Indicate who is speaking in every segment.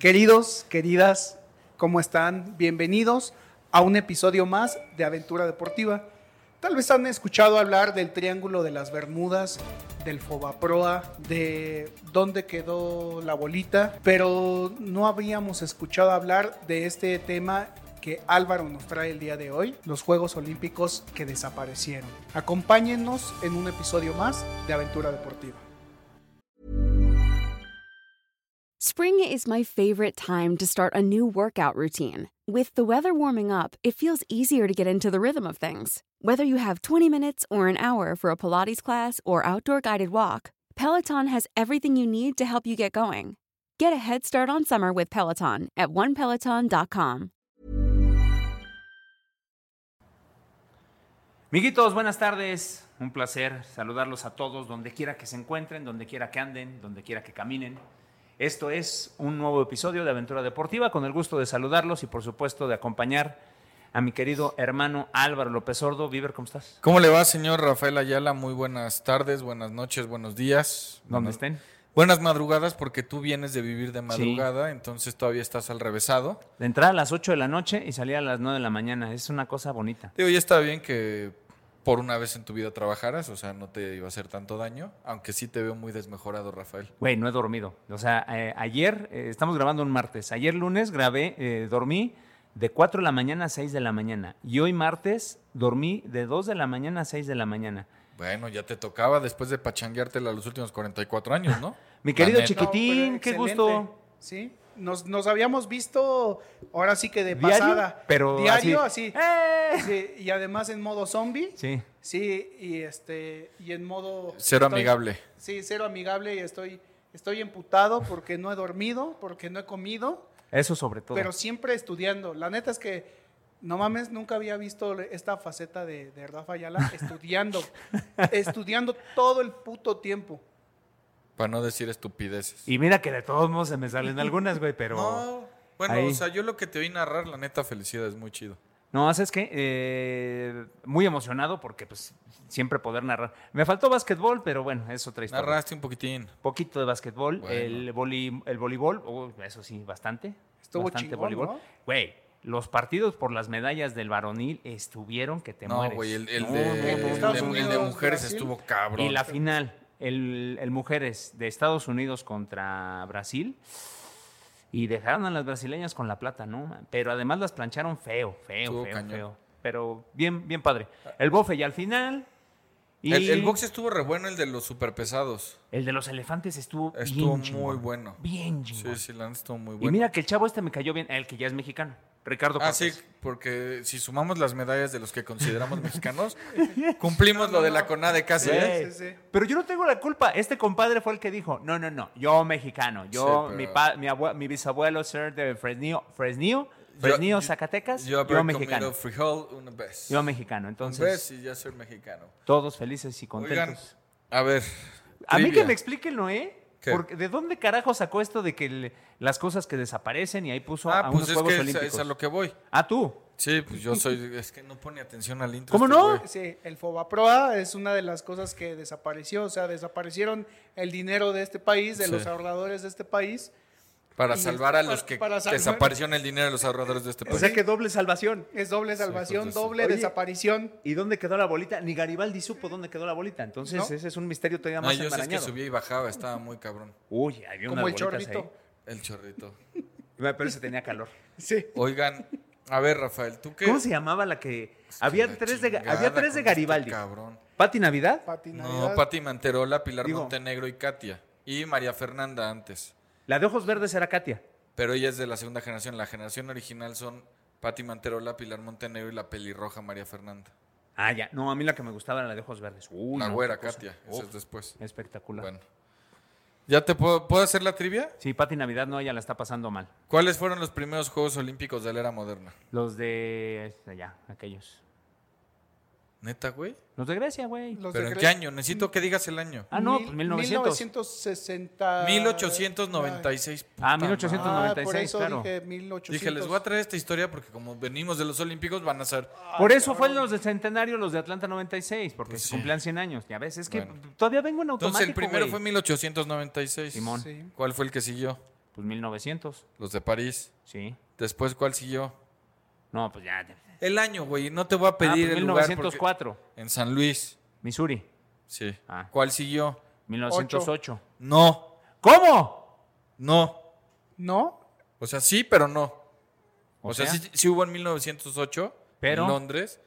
Speaker 1: Queridos, queridas, ¿cómo están? Bienvenidos a un episodio más de Aventura Deportiva. Tal vez han escuchado hablar del Triángulo de las Bermudas, del Fobaproa, de dónde quedó la bolita, pero no habíamos escuchado hablar de este tema que Álvaro nos trae el día de hoy, los Juegos Olímpicos que desaparecieron. Acompáñennos en un episodio más de Aventura Deportiva.
Speaker 2: Spring is my favorite time to start a new workout routine. With the weather warming up, it feels easier to get into the rhythm of things. Whether you have 20 minutes or an hour for a Pilates class or outdoor guided walk, Peloton has everything you need to help you get going. Get a head start on summer with Peloton at onepeloton.com.
Speaker 3: Miguitos, buenas tardes. Un placer saludarlos a todos, donde quiera que se encuentren, donde quiera que anden, donde quiera que caminen. Esto es un nuevo episodio de Aventura Deportiva, con el gusto de saludarlos y por supuesto de acompañar a mi querido hermano Álvaro López Sordo. Viver, ¿cómo estás?
Speaker 4: ¿Cómo le va, señor Rafael Ayala? Muy buenas tardes, buenas noches, buenos días.
Speaker 3: Donde
Speaker 4: Buenas-
Speaker 3: estén.
Speaker 4: Buenas madrugadas, porque tú vienes de vivir de madrugada, entonces todavía estás al revésado.
Speaker 3: De entrada a las 8 de la noche y salía a las 9 de la mañana. Es una cosa bonita.
Speaker 4: Digo, ya está bien que por una vez en tu vida trabajaras, o sea, no te iba a hacer tanto daño, aunque sí te veo muy desmejorado, Rafael.
Speaker 3: Güey, no he dormido. O sea, eh, ayer, eh, estamos grabando un martes. Ayer lunes grabé, eh, dormí de 4 de la mañana a 6 de la mañana. Y hoy martes dormí de 2 de la mañana a 6 de la mañana.
Speaker 4: Bueno, ya te tocaba después de pachangueártela los últimos 44 años, ¿no?
Speaker 3: Mi querido
Speaker 4: La neta.
Speaker 3: chiquitín,
Speaker 1: No, pero
Speaker 3: qué
Speaker 1: excelente,
Speaker 3: gusto.
Speaker 1: Sí, nos, nos habíamos visto ahora sí que de
Speaker 3: Diario,
Speaker 1: pasada.
Speaker 3: pero
Speaker 1: Diario,
Speaker 3: así.
Speaker 1: así.
Speaker 3: ¡Eh!
Speaker 1: Sí, y además en modo zombie. Sí.
Speaker 3: Sí.
Speaker 1: y este y en modo
Speaker 4: Cero amigable.
Speaker 1: Sí, cero amigable y estoy estoy emputado porque no he dormido, porque no he comido,
Speaker 3: Eso sobre todo.
Speaker 1: pero siempre estudiando. La neta es que no mames, nunca había visto esta faceta de, de Rafa Ayala estudiando, estudiando todo el puto tiempo.
Speaker 4: Para no decir estupideces.
Speaker 3: Y mira que de todos modos se me salen algunas, güey, pero...
Speaker 4: No, bueno,
Speaker 3: Ahí.
Speaker 4: o sea, yo lo que te oí narrar, la neta, felicidad, es muy chido.
Speaker 3: No, ¿sabes qué? Eh, muy emocionado porque pues siempre poder narrar. Me faltó básquetbol, pero bueno, es otra historia.
Speaker 4: Narraste un poquitín.
Speaker 3: Poquito de básquetbol,
Speaker 4: Bueno.
Speaker 3: el, voli- el voleibol, oh, eso sí, bastante.
Speaker 1: Estuvo
Speaker 3: bastante
Speaker 1: chingón, ¿no?
Speaker 3: Güey, los partidos por las medallas del varonil estuvieron que te
Speaker 4: No,
Speaker 3: mueres.
Speaker 4: güey, el, el
Speaker 3: No,
Speaker 4: de,
Speaker 3: no, no,
Speaker 4: el de-
Speaker 1: Estados
Speaker 4: el de
Speaker 1: Unidos,
Speaker 4: mujeres
Speaker 1: Brasil.
Speaker 4: estuvo cabrón.
Speaker 3: Y la final, el, el mujeres de Estados Unidos contra Brasil. Y dejaron a las brasileñas con la plata, ¿no? man? Pero además las plancharon feo, feo,
Speaker 4: Estuvo
Speaker 3: feo,
Speaker 4: cañón.
Speaker 3: feo. Pero bien, bien padre. El bofe ya al final. Y
Speaker 4: El, el box estuvo re bueno, el de los superpesados.
Speaker 3: el de los elefantes estuvo,
Speaker 4: Estuvo
Speaker 3: bien chingón,
Speaker 4: muy bueno.
Speaker 3: Bien
Speaker 4: Sí,
Speaker 3: chingón.
Speaker 4: sí, la neta estuvo muy
Speaker 3: Y
Speaker 4: bueno.
Speaker 3: mira que el chavo este me cayó bien, el que ya es mexicano, Ricardo
Speaker 4: Ah, sí,
Speaker 3: Cortés.
Speaker 4: porque si sumamos las medallas de los que consideramos mexicanos, cumplimos lo de la CONADE casi. ¿eh?
Speaker 3: Güey,
Speaker 1: Sí, sí, sí.
Speaker 3: Pero yo no tengo la culpa. Este compadre fue el que dijo, no, no, no, yo mexicano, yo,
Speaker 4: Sí, pero-
Speaker 3: mi, pa- mi, abue- mi bisabuelo ser de Fresnillo, Fresnillo,
Speaker 4: Yo-
Speaker 3: Fresnillo,
Speaker 4: yo-
Speaker 3: Zacatecas,
Speaker 4: Yo
Speaker 3: yo,
Speaker 4: haber
Speaker 3: mexicano.
Speaker 4: comido frijol una vez.
Speaker 3: Yo mexicano,
Speaker 4: Una
Speaker 3: entonces
Speaker 4: vez y ya soy mexicano.
Speaker 3: todos felices y
Speaker 4: Oigan,
Speaker 3: contentos.
Speaker 4: a ver.
Speaker 3: a mí que
Speaker 4: trivia.
Speaker 3: me expliquen, Noé,
Speaker 4: ¿Qué?
Speaker 3: porque ¿de dónde carajo sacó esto de que le- las cosas que desaparecen y ahí puso
Speaker 4: Ah,
Speaker 3: a
Speaker 4: pues
Speaker 3: unos
Speaker 4: es
Speaker 3: Juegos
Speaker 4: que es,
Speaker 3: Olímpicos?
Speaker 4: es a lo que voy.
Speaker 3: Ah, tú.
Speaker 4: Sí, pues yo soy. Es que no pone atención al intro.
Speaker 3: ¿Cómo
Speaker 4: este
Speaker 3: no?
Speaker 4: güey.
Speaker 1: Sí, el Fobaproa es una de las cosas que desapareció, o sea, desaparecieron el dinero de este país, de
Speaker 4: Sí.
Speaker 1: los ahorradores de este país.
Speaker 4: Para
Speaker 1: Y
Speaker 4: salvar a
Speaker 1: este,
Speaker 4: los
Speaker 1: para-
Speaker 4: que
Speaker 1: para salvar-
Speaker 4: desaparecieron el dinero de los ahorradores de este país.
Speaker 3: doble salvación.
Speaker 1: Es doble salvación,
Speaker 4: pues, sí.
Speaker 1: doble
Speaker 3: Oye.
Speaker 1: desaparición.
Speaker 3: ¿Y dónde quedó la bolita? Ni Garibaldi supo dónde quedó la bolita. Entonces,
Speaker 1: ¿No?
Speaker 3: ese es un misterio todavía
Speaker 4: No,
Speaker 3: más
Speaker 4: yo sé es que
Speaker 3: enmarañado.
Speaker 4: subía y bajaba, estaba muy cabrón.
Speaker 3: Uy, había
Speaker 1: Como
Speaker 3: unas
Speaker 1: el
Speaker 3: bolitas
Speaker 1: chorrito.
Speaker 3: ahí.
Speaker 4: El chorrito.
Speaker 3: Pero se tenía calor.
Speaker 1: Sí.
Speaker 4: Oigan, a ver, Rafael, ¿tú qué?
Speaker 3: ¿Cómo se llamaba la que
Speaker 4: Es que
Speaker 3: había
Speaker 4: la
Speaker 3: tres de
Speaker 4: chingada
Speaker 3: había tres de
Speaker 4: con
Speaker 3: Garibaldi?
Speaker 4: este cabrón.
Speaker 3: Pati Navidad,
Speaker 1: Patinavidad.
Speaker 4: No, Pati Manterola, Pilar
Speaker 3: Digo-
Speaker 4: Montenegro y Katia. Y María Fernanda antes.
Speaker 3: la de ojos verdes era Katia.
Speaker 4: Pero ella es de la segunda generación. La generación original son Pati Manterola, Pilar Montenegro y la pelirroja María Fernanda.
Speaker 3: Ah, ya. No, a mí la que me gustaba era la de ojos verdes. Uy,
Speaker 4: la
Speaker 3: no,
Speaker 4: güera
Speaker 3: qué cosa.
Speaker 4: Katia,
Speaker 3: Uf,
Speaker 4: esa es después.
Speaker 3: espectacular.
Speaker 4: Bueno. ¿Ya te puedo, puedo hacer la trivia?
Speaker 3: Sí, Pati Navidad no, ella la está pasando mal.
Speaker 4: ¿Cuáles fueron los primeros Juegos Olímpicos de la era moderna?
Speaker 3: Los de allá, aquellos.
Speaker 4: ¿Neta, güey?
Speaker 3: Los de Grecia, güey.
Speaker 1: Los
Speaker 4: ¿Pero
Speaker 1: de
Speaker 4: en
Speaker 1: Gre-
Speaker 4: qué año? Necesito que digas el año.
Speaker 3: Ah, no,
Speaker 1: Mil-
Speaker 3: pues 1900.
Speaker 1: 1960.
Speaker 4: Ah, 1896.
Speaker 3: Ah,
Speaker 4: Puta
Speaker 3: 1800.
Speaker 4: madre.
Speaker 1: Ah, por
Speaker 3: 1996,
Speaker 1: eso
Speaker 3: claro.
Speaker 1: dije 1800.
Speaker 4: Dije, les voy a traer esta historia porque como venimos de los Olímpicos van a ser...
Speaker 3: Por eso fueron los del centenario, los de Atlanta 96, porque se cumplían 100 años. Ya ves, es que
Speaker 4: Pues Bueno.
Speaker 3: todavía vengo en automático.
Speaker 4: Entonces el primero
Speaker 3: güey.
Speaker 4: fue 1896.
Speaker 3: Simón.
Speaker 1: Sí.
Speaker 4: ¿Cuál fue el que siguió?
Speaker 3: Pues 1900,
Speaker 4: Los de París.
Speaker 3: sí.
Speaker 4: Después, ¿cuál siguió?
Speaker 3: No, pues ya. Ah,
Speaker 4: El año, güey. No te voy a
Speaker 3: pues
Speaker 4: pedir el lugar. porque-
Speaker 3: 1904,
Speaker 4: En San Luis.
Speaker 3: Missouri.
Speaker 4: Sí.
Speaker 3: Ah.
Speaker 4: ¿Cuál siguió?
Speaker 3: 1908.
Speaker 4: No.
Speaker 3: ¿Cómo?
Speaker 4: No.
Speaker 1: ¿No?
Speaker 4: O sea, sí, pero no. O,
Speaker 3: O
Speaker 4: sea,
Speaker 3: sea.
Speaker 4: sí, sí hubo en 1908
Speaker 3: Pero.
Speaker 4: en Londres,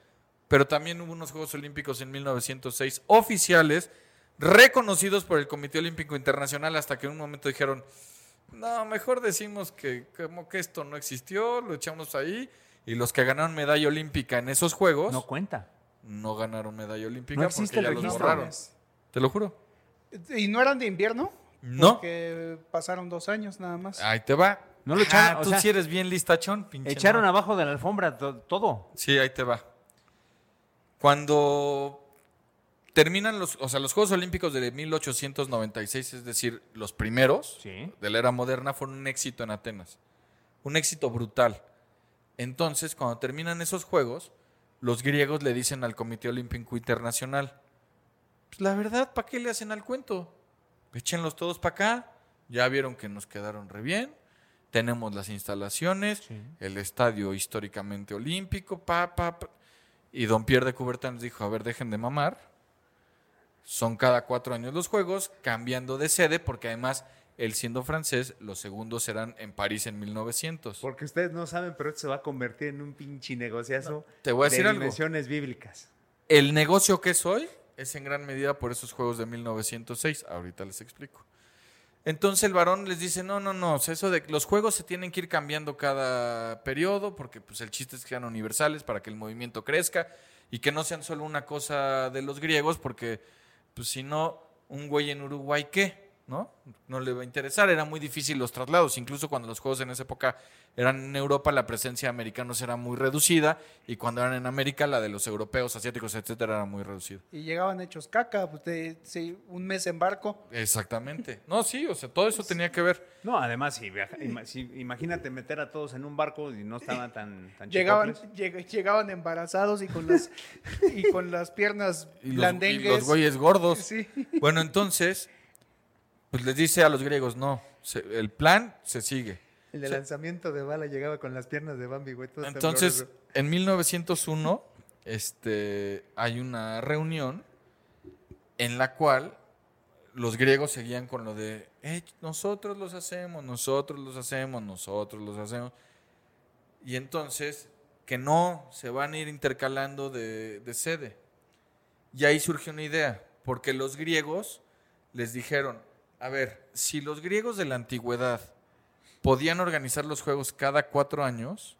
Speaker 4: pero también hubo unos Juegos Olímpicos en 1906 oficiales, reconocidos por el Comité Olímpico Internacional, hasta que en un momento dijeron, no, mejor decimos que como que esto no existió, lo echamos ahí, y los que ganaron medalla olímpica en esos Juegos
Speaker 3: No
Speaker 4: no,
Speaker 3: cuenta.
Speaker 4: ganaron medalla olímpica
Speaker 3: No existe
Speaker 4: porque
Speaker 3: el
Speaker 4: ya los
Speaker 3: registro.
Speaker 4: borraron. Te lo juro.
Speaker 1: ¿Y no eran de invierno?
Speaker 4: No.
Speaker 1: Porque pasaron dos años nada más.
Speaker 4: Ahí te va.
Speaker 3: No lo
Speaker 4: Ah,
Speaker 3: echaron, o
Speaker 4: tú
Speaker 3: sea,
Speaker 4: sí eres bien listachón, pinche.
Speaker 3: Echaron
Speaker 4: no.
Speaker 3: abajo de la alfombra to- todo.
Speaker 4: Sí, ahí te va. Cuando terminan los, o sea, los Juegos Olímpicos de 1896, es decir, los primeros
Speaker 3: Sí.
Speaker 4: de la era moderna, fueron un éxito en Atenas. Un éxito brutal. Entonces, cuando terminan esos Juegos, los griegos le dicen al Comité Olímpico Internacional, pues la verdad, ¿para qué le hacen al cuento? Échenlos todos para acá. Ya vieron que nos quedaron re bien. Tenemos las instalaciones,
Speaker 3: Sí.
Speaker 4: el estadio históricamente olímpico, pa, pa, pa. Y don Pierre de Coubertin les dijo, a ver, dejen de mamar. Son cada cuatro años los Juegos, cambiando de sede, porque además, él siendo francés, los segundos serán en París en 1900.
Speaker 5: Porque ustedes no saben, pero esto se va a convertir en un pinche negociazo
Speaker 4: Te voy a decir
Speaker 5: de
Speaker 4: algo.
Speaker 5: dimensiones bíblicas.
Speaker 4: El negocio que es hoy es en gran medida por esos juegos de 1906. Ahorita les explico. Entonces el varón les dice, no, no, no, o sea, eso de que los juegos se tienen que ir cambiando cada periodo porque pues, el chiste es que sean universales para que el movimiento crezca y que no sean solo una cosa de los griegos porque pues, si no, un güey en Uruguay, ¿qué? ¿No? No le va a interesar, era muy difícil los traslados, incluso cuando los juegos en esa época eran en Europa, la presencia de americanos era muy reducida y cuando eran en América, la de los europeos, asiáticos, etcétera, era muy reducida.
Speaker 1: Y llegaban hechos caca, pues, de- sí, un mes en barco.
Speaker 4: Exactamente. No, sí, o sea, todo eso tenía que ver.
Speaker 5: No, además, si viaja- ima- si- imagínate meter a todos en un barco y no estaban tan, tan
Speaker 1: Llegaban,
Speaker 5: chicoples.
Speaker 1: lleg- llegaban embarazados y con las, y con las piernas
Speaker 4: Y los- y
Speaker 1: blandengues.
Speaker 4: los güeyes gordos.
Speaker 1: Sí.
Speaker 4: Bueno, entonces, pues les dice a los griegos, no, se- el plan se sigue.
Speaker 5: El de lanzamiento de bala llegaba con las piernas de Bambi, güey. todo
Speaker 4: Entonces,
Speaker 5: tembloroso.
Speaker 4: en 1901, este, hay una reunión en la cual los griegos seguían con lo de, "Eh, nosotros los hacemos, nosotros los hacemos, nosotros los hacemos. Y entonces, que no, se van a ir intercalando de, de sede. Y ahí surgió una idea, porque los griegos les dijeron, a ver, si los griegos de la antigüedad podían organizar los juegos cada cuatro años,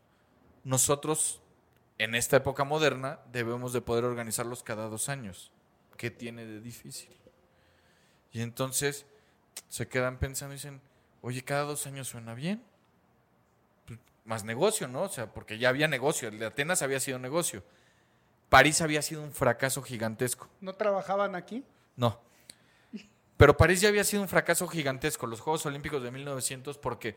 Speaker 4: nosotros en esta época moderna debemos de poder organizarlos cada dos años. ¿Qué tiene de difícil? Y entonces se quedan pensando y dicen, oye, cada dos años suena bien. Pues, Más negocio, ¿no? O sea, porque ya había negocio. El de Atenas había sido negocio. París había sido un fracaso gigantesco.
Speaker 1: ¿No trabajaban aquí?
Speaker 4: No. Pero París ya había sido un fracaso gigantesco, los Juegos Olímpicos de 1900, porque...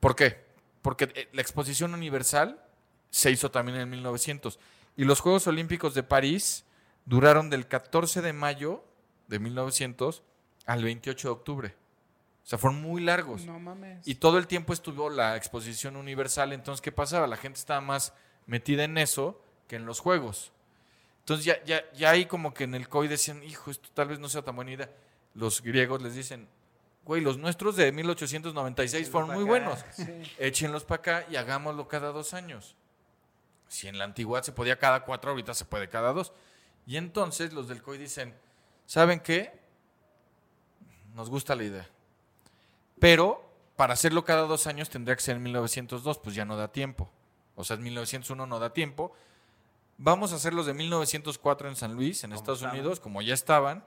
Speaker 4: ¿Por qué? Porque eh, la exposición universal se hizo también en 1900. Y los Juegos Olímpicos de París duraron del 14 de mayo de 1900 al 28 de octubre. O sea, fueron muy largos.
Speaker 1: No mames.
Speaker 4: Pues, Y todo el tiempo estuvo la exposición universal. Entonces, ¿qué pasaba? La gente estaba más metida en eso que en los juegos. Entonces, ya, ya, ya ahí como que en el COI decían, hijo, esto tal vez no sea tan buena idea. Los griegos les dicen, güey, los nuestros de 1896 fueron muy buenos. Échenlos para acá y hagámoslo cada dos años. Si en la antigüedad se podía cada cuatro, ahorita se puede cada dos. Y entonces los del COI dicen, ¿saben qué? Nos gusta la idea. Pero para hacerlo cada dos años tendría que ser en 1902, pues ya no da tiempo. O sea, en 1901 no da tiempo. Vamos a hacer los de 1904 en San Luis, en Estados Unidos, como ya estaban.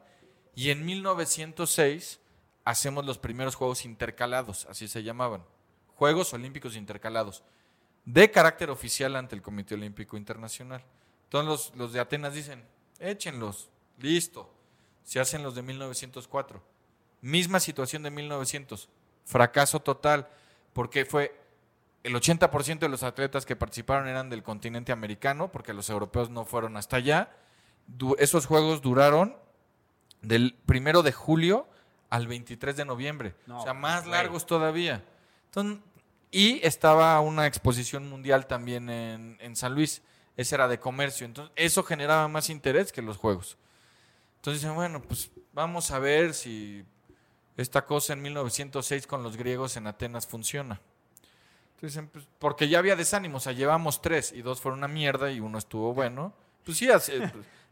Speaker 4: Y en 1906 hacemos los primeros Juegos Intercalados, así se llamaban. Juegos Olímpicos Intercalados, de carácter oficial ante el Comité Olímpico Internacional. Entonces los, los de Atenas dicen, échenlos, listo. Se hacen los de 1904. Misma situación de 1900, fracaso total, porque fue el 80% de los atletas que participaron eran del continente americano, porque los europeos no fueron hasta allá. Du- esos juegos duraron del primero de julio al 23 de noviembre.
Speaker 3: No,
Speaker 4: o sea, más
Speaker 3: güey.
Speaker 4: largos todavía. Entonces, y estaba una exposición mundial también en, en San Luis. Esa era de comercio. Entonces, eso generaba más interés que los juegos. Entonces dicen, bueno, pues vamos a ver si esta cosa en 1906 con los griegos en Atenas funciona. Entonces dicen, pues, porque ya había desánimo, o sea, llevamos tres y dos fueron una mierda y uno estuvo bueno. Pues sí, así-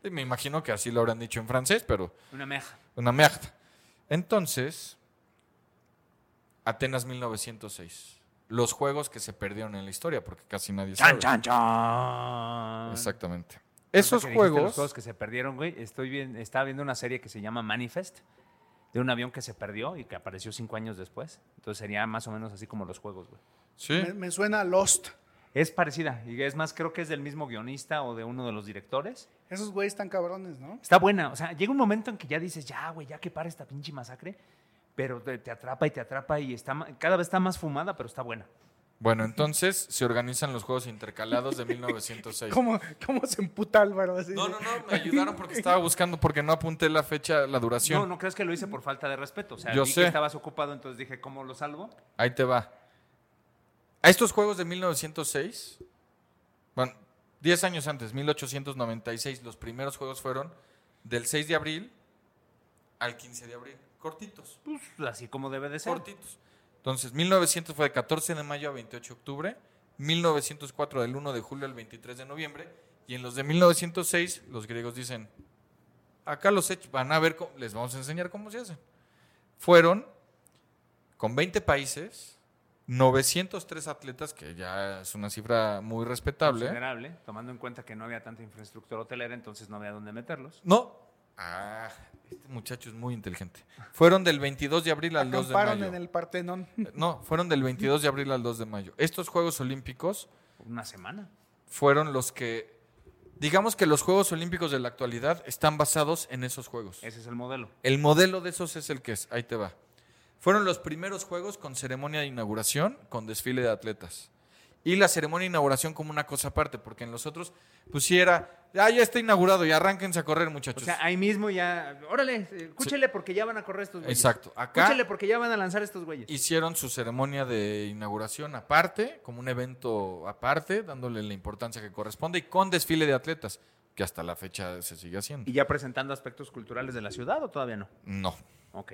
Speaker 4: pues, me imagino que así lo habrán dicho en francés, pero
Speaker 3: Una meja.
Speaker 4: una mierda. Entonces, Atenas 1906. Los juegos que se perdieron en la historia, porque casi nadie sabe.
Speaker 3: ¡Chan, chan, chan!
Speaker 4: Exactamente.
Speaker 3: Ahorita
Speaker 4: Esos
Speaker 3: que dijiste Los
Speaker 4: juegos,
Speaker 3: juegos que se perdieron, güey. Estoy bien, estaba viendo una serie que se llama Manifest, de un avión que se perdió y que apareció cinco años después. Entonces sería más o menos así como los juegos, güey.
Speaker 4: sí,
Speaker 1: Me, me suena a Lost.
Speaker 3: Es parecida. Y es más, creo que es del mismo guionista o de uno de los directores.
Speaker 1: Esos güeyes están cabrones, ¿no?
Speaker 3: Está buena. O sea, llega un momento en que ya dices, ya, güey, ya que para esta pinche masacre. Pero te, te atrapa y te atrapa y está ma- cada vez está más fumada, pero está buena.
Speaker 4: Bueno, entonces se organizan los Juegos Intercalados de 1906.
Speaker 1: ¿Cómo, cómo se emputa Álvaro? Así
Speaker 4: Pues. No,
Speaker 1: de-
Speaker 4: no, no, me ayudaron porque estaba buscando, porque no apunté la fecha, la duración.
Speaker 3: No, no crees que lo hice por falta de respeto. O sea,
Speaker 4: Yo
Speaker 3: vi
Speaker 4: sé.
Speaker 3: que estabas ocupado, entonces dije, ¿cómo lo salvo?
Speaker 4: Ahí te va. A estos juegos de 1906, bueno, 10 años antes, 1896, los primeros juegos fueron del 6 de abril al 15 de abril. Cortitos,
Speaker 3: Pues así como debe de ser.
Speaker 4: cortitos. Entonces, 1900 fue de 14 de mayo a 28 de octubre, 1904 del 1 de julio al 23 de noviembre, y en los de 1906 los griegos dicen, acá los hech- van a ver, cómo- les vamos a enseñar cómo se hacen. Fueron con 20 países, 903 atletas, que ya es una cifra muy respetable.
Speaker 3: Considerable, tomando en cuenta que no había tanta infraestructura hotelera, entonces no había dónde meterlos.
Speaker 4: No. Ah, este muchacho es muy inteligente. Fueron del 22 de abril al 2 de
Speaker 1: Acamparon
Speaker 4: mayo.
Speaker 1: en el Partenón.
Speaker 4: No, fueron del 22 de abril al 2 de mayo. Estos Juegos Olímpicos
Speaker 3: Una semana.
Speaker 4: fueron los que, digamos que los Juegos Olímpicos de la actualidad están basados en esos Juegos.
Speaker 3: Ese es el modelo.
Speaker 4: El modelo de esos es el que es, ahí te va. Fueron los primeros Juegos con ceremonia de inauguración, con desfile de atletas. Y la ceremonia de inauguración como una cosa aparte, porque en los otros, pues sí era, ah, ya está inaugurado y arránquense a correr
Speaker 3: O
Speaker 4: muchachos.
Speaker 3: sea, ahí mismo ya. Órale, eh, escúchele porque ya van a correr estos güeyes.
Speaker 4: Exacto, acá-
Speaker 3: Escúchele porque ya van a lanzar estos güeyes.
Speaker 4: Hicieron su ceremonia de inauguración aparte, como un evento aparte, dándole la importancia que corresponde y con desfile de atletas, que hasta la fecha se sigue haciendo.
Speaker 3: ¿Y ya presentando aspectos culturales de la ciudad o todavía no?
Speaker 4: No.
Speaker 3: Ok.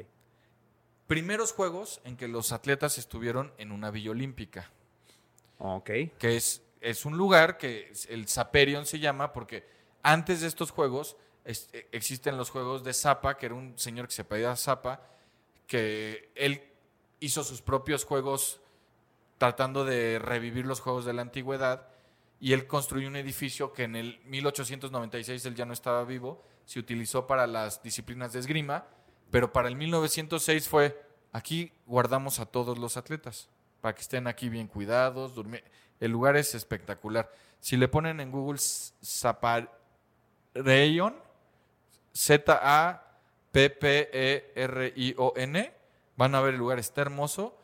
Speaker 4: Primeros juegos en que los atletas estuvieron en una villa olímpica,
Speaker 3: Ok.
Speaker 4: que es, es un lugar que es- el Saperion se llama porque antes de estos juegos es- eh, existen los juegos de Zapa, que era un señor que se pedía Zapa, que él hizo sus propios juegos tratando de revivir los juegos de la antigüedad y él construyó un edificio que en el 1896 él ya no estaba vivo, se utilizó para las disciplinas de esgrima, pero para el 1906 fue aquí guardamos a todos los atletas para que estén aquí bien cuidados, durmi- el lugar es espectacular. Si le ponen en Google S- Zapareion, Z A P P E R I O N, van a ver el lugar está hermoso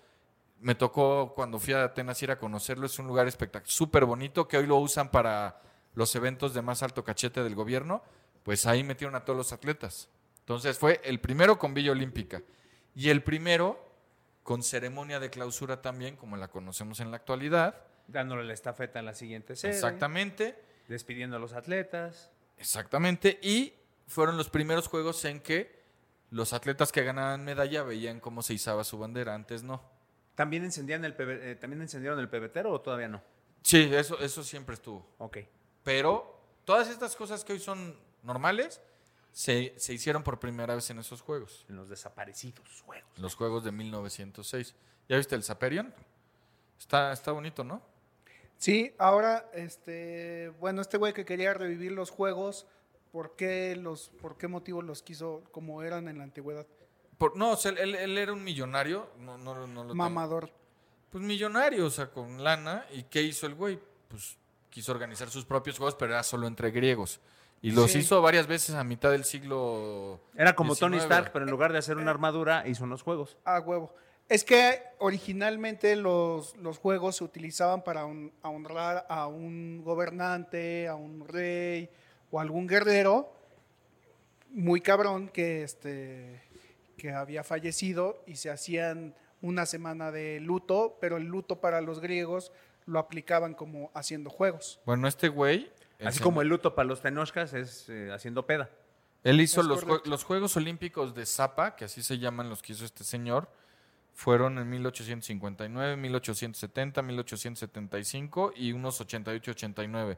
Speaker 4: me tocó cuando fui a Atenas ir a conocerlo. Es un lugar espectacular, súper bonito, que hoy lo usan para los eventos de más alto cachete del gobierno. Pues ahí metieron a todos los atletas. Entonces fue el primero con Villa Olímpica y el primero con ceremonia de clausura también, como la conocemos en la actualidad.
Speaker 3: Dándole la estafeta a la siguiente serie.
Speaker 4: Exactamente.
Speaker 3: Despidiendo a los atletas.
Speaker 4: Exactamente. Y fueron los primeros juegos en que los atletas que ganaban medalla veían cómo se izaba su bandera. Antes no.
Speaker 3: ¿También, encendían el pebe- eh, ¿También encendieron el pebetero o todavía no?
Speaker 4: Sí, eso, eso siempre estuvo.
Speaker 3: Ok.
Speaker 4: Pero todas estas cosas que hoy son normales se, se hicieron por primera vez en esos juegos,
Speaker 3: En los desaparecidos juegos.
Speaker 4: los juegos de 1906. ¿Ya viste el Zaperion? Está, está bonito, ¿no?
Speaker 1: Sí, ahora, este, bueno, este güey que quería revivir los juegos, ¿por qué los, por qué motivos los quiso como eran en la antigüedad?
Speaker 4: por- no, o sea, él, él era un millonario. No, no, lo- no lo tengo.
Speaker 1: Mamador.
Speaker 4: Pues millonario, o sea, con lana. ¿Y qué hizo el güey? Pues quiso organizar sus propios juegos, pero era solo entre griegos. Y los
Speaker 1: Sí.
Speaker 4: hizo varias veces a mitad del siglo.
Speaker 5: Era como Tony
Speaker 4: 19.
Speaker 5: Stark, pero en lugar de hacer una armadura, hizo unos juegos.
Speaker 1: Ah, huevo. Es que originalmente los, los juegos se utilizaban para hon- a honrar a un gobernante, a un rey o algún guerrero muy cabrón que, este, que había fallecido y se hacían una semana de luto, pero el luto para los griegos lo aplicaban como haciendo juegos.
Speaker 4: Bueno, este güey.
Speaker 5: Así
Speaker 4: enseñó-
Speaker 5: como el luto para los tenochcas es eh, haciendo peda.
Speaker 4: Él hizo
Speaker 1: Es
Speaker 4: los, jue-
Speaker 1: correcto.
Speaker 4: los Juegos Olímpicos de Zapa, que así se llaman los que hizo este señor, fueron en 1859, 1870, 1875 y unos 88-89.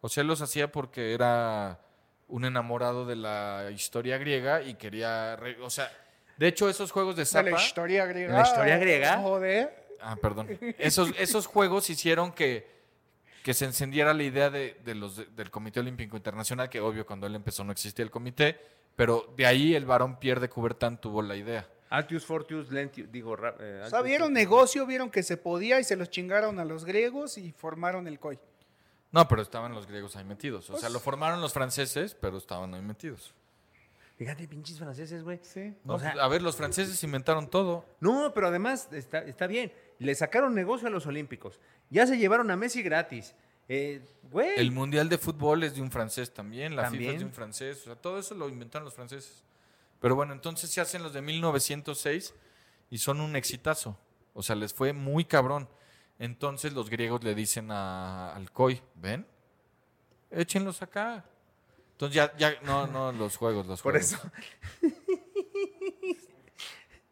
Speaker 4: O sea, él los hacía porque era un enamorado de la historia griega y quería... re- o sea, de hecho, esos Juegos de
Speaker 1: De la
Speaker 4: Zapa...
Speaker 1: historia griega.
Speaker 5: la historia griega?
Speaker 1: Joder.
Speaker 4: Ah, perdón. Esos, esos juegos hicieron que, que se encendiera la idea de, de los, de- del Comité Olímpico Internacional, que obvio cuando él empezó no existía el comité, pero de ahí el varón Pierre de Coubertin tuvo la idea.
Speaker 5: Altius Fortius Lentius, digo. ra-
Speaker 1: O
Speaker 5: eh, Altius
Speaker 1: sea, vieron
Speaker 5: Fortius.
Speaker 1: negocio, vieron que se podía y se los chingaron a los griegos y formaron el COI.
Speaker 4: No, pero estaban los griegos ahí metidos.
Speaker 5: Pues
Speaker 4: O sea, lo formaron los franceses, pero estaban ahí metidos.
Speaker 5: Fíjate, pinches franceses, güey.
Speaker 1: Sí.
Speaker 4: No,
Speaker 5: O sea-
Speaker 4: pues, a ver, los franceses inventaron todo.
Speaker 5: No, pero además está, está bien. Le sacaron negocio a los Olímpicos. Ya se llevaron a Messi gratis. Eh, güey.
Speaker 4: El Mundial de Fútbol es de un francés también, la FIFA es
Speaker 5: También.
Speaker 4: de un francés, o sea, todo eso lo inventaron los franceses. Pero bueno, entonces se hacen los de 1906 y son un exitazo. O sea, les fue muy cabrón. Entonces los griegos le dicen a, al COI, ven, échenlos acá. Entonces ya, ya, no, no, los juegos, los
Speaker 5: Por
Speaker 4: juegos.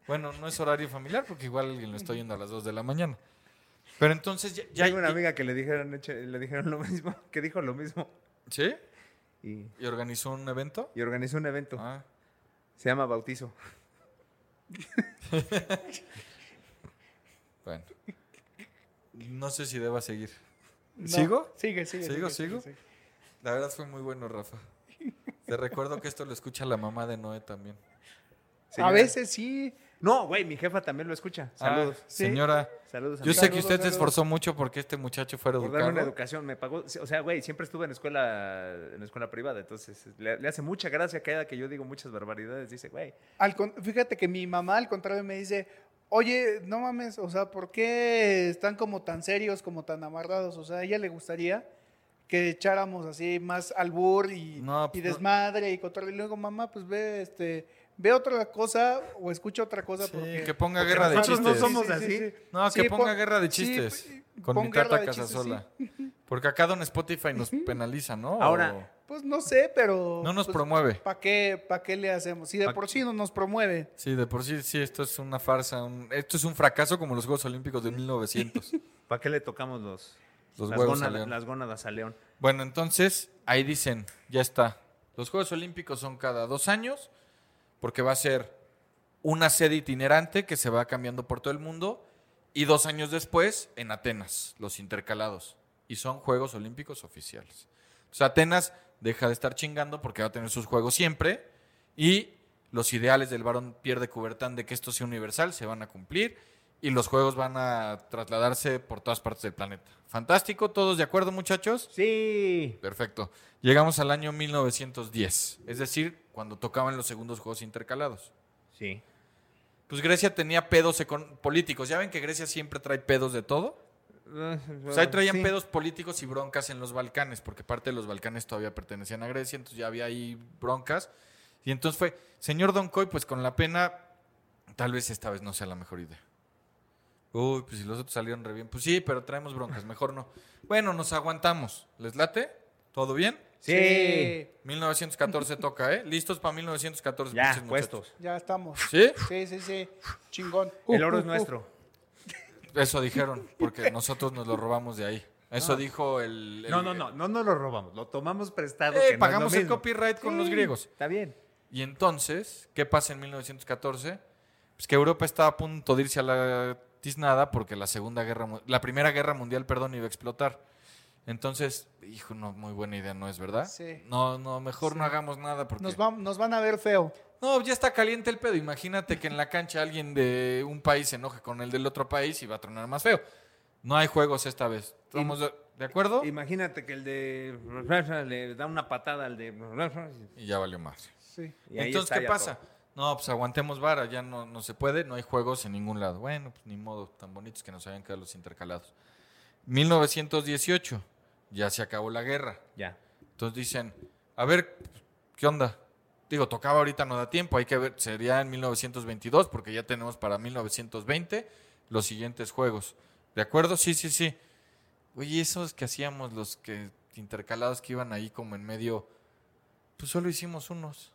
Speaker 4: Bueno, no es horario familiar porque igual alguien lo está yendo a las 2 de la mañana. Pero entonces ya... ya
Speaker 5: Tengo una amiga que le dijeron, eche- le dijeron lo mismo, que dijo lo mismo.
Speaker 4: ¿Sí?
Speaker 5: Y,
Speaker 4: ¿Y organizó un evento?
Speaker 5: y organizó un evento.
Speaker 4: Ah.
Speaker 5: Se llama Bautizo.
Speaker 4: Bueno. No sé si deba seguir.
Speaker 1: No.
Speaker 4: ¿Sigo?
Speaker 1: Sigue, sigue.
Speaker 4: ¿Sigo, sigo?
Speaker 1: sigue, sigue.
Speaker 4: La verdad fue muy bueno, Rafa. Te recuerdo que esto lo escucha la mamá de Noé también.
Speaker 1: A
Speaker 5: Señora-
Speaker 1: veces sí.
Speaker 5: No, güey, mi jefa también lo escucha. Saludos.
Speaker 4: Ah,
Speaker 1: Sí.
Speaker 4: Señora,
Speaker 5: Saludos.
Speaker 4: yo
Speaker 5: amiga.
Speaker 4: sé que usted
Speaker 1: Saludos,
Speaker 4: se
Speaker 1: saludos.
Speaker 4: esforzó mucho porque este muchacho fuera
Speaker 5: Por darme una
Speaker 4: educado.
Speaker 5: educación, me pagó. O sea, güey, siempre estuve en escuela, en escuela privada, entonces le, le hace mucha gracia cada que yo digo muchas barbaridades. Dice, güey,
Speaker 1: Al con- fíjate que mi mamá al contrario me dice, oye, no mames, o sea, ¿por qué están como tan serios, como tan amarrados? O sea, a ella le gustaría que echáramos así más albur y,
Speaker 4: No,
Speaker 1: y
Speaker 4: pues, no.
Speaker 1: desmadre y cotorreo. Y luego, mamá, pues ve, este, ve otra cosa o escucha otra cosa.
Speaker 4: Sí,
Speaker 1: porque...
Speaker 4: que ponga guerra de
Speaker 5: nosotros
Speaker 4: chistes.
Speaker 5: no somos así.
Speaker 4: No,
Speaker 1: Sí,
Speaker 4: que ponga
Speaker 1: pon-
Speaker 4: guerra de
Speaker 1: sí,
Speaker 4: chistes.
Speaker 1: p-
Speaker 4: con
Speaker 1: pon
Speaker 4: mi
Speaker 1: guerra
Speaker 4: Tata
Speaker 1: de chistes,
Speaker 4: Casasola.
Speaker 1: sí.
Speaker 4: Porque acá Don Spotify nos penaliza, ¿no?
Speaker 5: Ahora-
Speaker 1: Pues no sé, pero...
Speaker 4: O no nos
Speaker 1: pues,
Speaker 4: promueve.
Speaker 1: ¿Para qué, pa' qué le hacemos? Si de
Speaker 4: Pa-
Speaker 1: por sí no nos promueve.
Speaker 4: Sí, de por sí, sí, esto es una farsa. un- esto es un fracaso como los Juegos Olímpicos de 1900.
Speaker 5: ¿para qué le tocamos los,
Speaker 4: Los
Speaker 5: las,
Speaker 4: huevos a
Speaker 5: gónadas,
Speaker 4: León.
Speaker 5: las gónadas a León?
Speaker 4: Bueno, entonces ahí dicen, ya está. Los Juegos Olímpicos son cada dos años, porque va a ser una sede itinerante que se va cambiando por todo el mundo, y dos años después en Atenas, los intercalados. Y son Juegos Olímpicos oficiales. O sea, Atenas deja de estar chingando porque va a tener sus juegos siempre, y los ideales del varón Pierre de Coubertin de que esto sea universal se van a cumplir. Y los juegos van a trasladarse por todas partes del planeta. Fantástico, todos de acuerdo, muchachos.
Speaker 5: Sí.
Speaker 4: Perfecto. Llegamos al año 1910, es decir, cuando tocaban los segundos juegos intercalados.
Speaker 5: Sí.
Speaker 4: Pues Grecia tenía pedos econ- políticos. Ya ven que Grecia siempre trae pedos de todo. O sea, pues, ahí traían
Speaker 5: Ah, Sí.
Speaker 4: pedos políticos y broncas en los Balcanes, porque parte de los Balcanes todavía pertenecían a Grecia, entonces ya había ahí broncas. Y entonces fue, señor Don Coy, pues con la pena, tal vez esta vez no sea la mejor idea. Uy, pues si los otros salieron re bien. Pues sí, pero traemos broncas, mejor no. Bueno, nos aguantamos. ¿Les late? ¿Todo bien?
Speaker 5: Sí.
Speaker 4: 1914 toca, ¿eh? Listos para 1914.
Speaker 5: Ya,
Speaker 4: pinches muchachos.
Speaker 5: puestos.
Speaker 1: Ya estamos.
Speaker 4: ¿Sí?
Speaker 1: Sí, sí, sí. Chingón.
Speaker 5: El oro
Speaker 1: Uh,
Speaker 5: es
Speaker 1: uh, uh.
Speaker 5: nuestro.
Speaker 4: Eso dijeron, porque nosotros nos lo robamos de ahí. Eso dijo el, el-
Speaker 5: No, no, no, no nos lo robamos, lo tomamos
Speaker 4: Eh,
Speaker 5: prestado. que no es lo
Speaker 4: pagamos el
Speaker 5: mismo.
Speaker 4: copyright con los griegos.
Speaker 5: Está bien.
Speaker 4: Y entonces, ¿qué pasa en 1914? Pues que Europa estaba a punto de irse a la tiznada porque la Segunda Guerra Mu- la Primera Guerra Mundial, perdón, iba a explotar. Entonces, hijo, no, muy buena idea, ¿no es verdad?
Speaker 1: Sí.
Speaker 4: No, no, mejor no
Speaker 1: Sí.
Speaker 4: hagamos nada porque...
Speaker 1: Nos, vam- nos van a ver feo.
Speaker 4: No, ya está caliente el pedo. Imagínate que en la cancha alguien de un país se enoje con el del otro país y va a tronar más feo. No hay juegos esta vez. ¿Estamos de, de acuerdo? Y,
Speaker 3: Imagínate que el de le da una patada al de
Speaker 4: ya valió más.
Speaker 1: Sí.
Speaker 3: y ahí
Speaker 4: Entonces,
Speaker 3: está
Speaker 4: ¿qué
Speaker 3: ya
Speaker 4: pasa?
Speaker 3: todo.
Speaker 4: No, pues aguantemos vara, ya no, no se puede, no hay juegos en ningún lado. Bueno, pues ni modo, tan bonitos que nos habían quedado los intercalados. 1918, ya se acabó la guerra.
Speaker 3: Ya.
Speaker 4: Entonces dicen, a ver, ¿qué onda? Digo, tocaba ahorita, no da tiempo, hay que ver, sería en 1922, porque ya tenemos para 1920 los siguientes juegos. ¿De acuerdo? Sí, sí, sí. Oye, esos que hacíamos, los que intercalados que iban ahí como en medio, pues solo hicimos unos.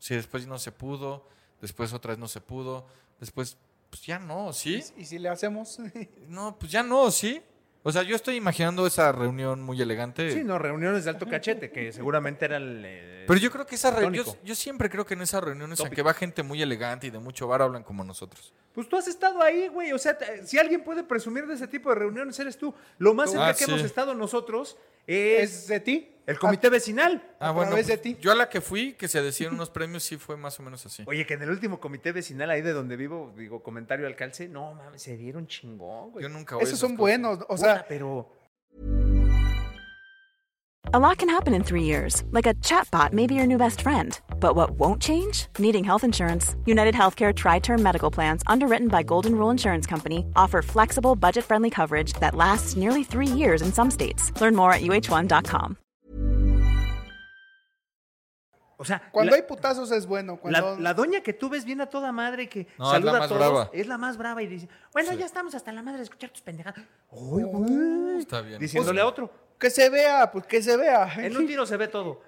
Speaker 4: Sí, después no se pudo, después otra vez no se pudo, después, pues ya no, ¿sí?
Speaker 1: ¿Y, y si le hacemos?
Speaker 4: No, pues ya no, ¿sí? O sea, yo estoy imaginando esa reunión muy elegante.
Speaker 3: Sí, no, reuniones de alto cachete, que seguramente era el. eh,
Speaker 4: Pero yo creo que esa reunión, yo,
Speaker 3: tónico.
Speaker 4: yo siempre creo que en esas reuniones, aunque va gente muy elegante y de mucho bar, hablan como nosotros. Ah,
Speaker 3: Pues tú has estado ahí, güey. O sea, te- si alguien puede presumir de ese tipo de reuniones, eres tú. Lo más
Speaker 4: Tú.
Speaker 3: cerca
Speaker 4: Ah,
Speaker 3: que
Speaker 4: sí.
Speaker 3: hemos estado nosotros
Speaker 1: ¿Es
Speaker 3: es
Speaker 1: de ti?
Speaker 3: el comité vecinal.
Speaker 1: A través de ti.
Speaker 4: pues, Yo a la que fui, que se decían unos premios, sí fue más o menos así.
Speaker 3: Oye, que en el último comité vecinal ahí de donde vivo, digo, comentario al calce, no mames, se dieron chingón, güey.
Speaker 4: yo nunca
Speaker 1: Ah,
Speaker 4: oí
Speaker 1: esos
Speaker 4: esas
Speaker 1: son
Speaker 4: cosas.
Speaker 1: buenos. O
Speaker 3: Puta,
Speaker 1: sea,
Speaker 3: pero
Speaker 6: A lot can happen in three years, like a chatbot may be your new best friend. But what won't change? Needing health insurance. United Healthcare Tri Term Medical Plans, underwritten by Golden Rule Insurance Company, offer flexible, budget friendly coverage that lasts nearly three years in some states. Learn more at uh1.com.
Speaker 3: O sea,
Speaker 1: cuando
Speaker 3: la,
Speaker 1: hay putazos es bueno.
Speaker 3: la-
Speaker 1: Cuando...
Speaker 3: la doña que tú ves bien a toda madre y que
Speaker 4: No, es
Speaker 3: saluda
Speaker 4: la
Speaker 3: a
Speaker 4: más
Speaker 3: todos,
Speaker 4: brava.
Speaker 3: es la más brava y dice, bueno,
Speaker 4: Sí.
Speaker 3: ya estamos hasta la madre de escuchar tus pendejadas. Uy, güey.
Speaker 4: Está bien.
Speaker 3: Diciéndole
Speaker 1: Pues,
Speaker 3: a otro,
Speaker 1: Que se vea, pues que se vea.
Speaker 3: en un tiro se ve todo.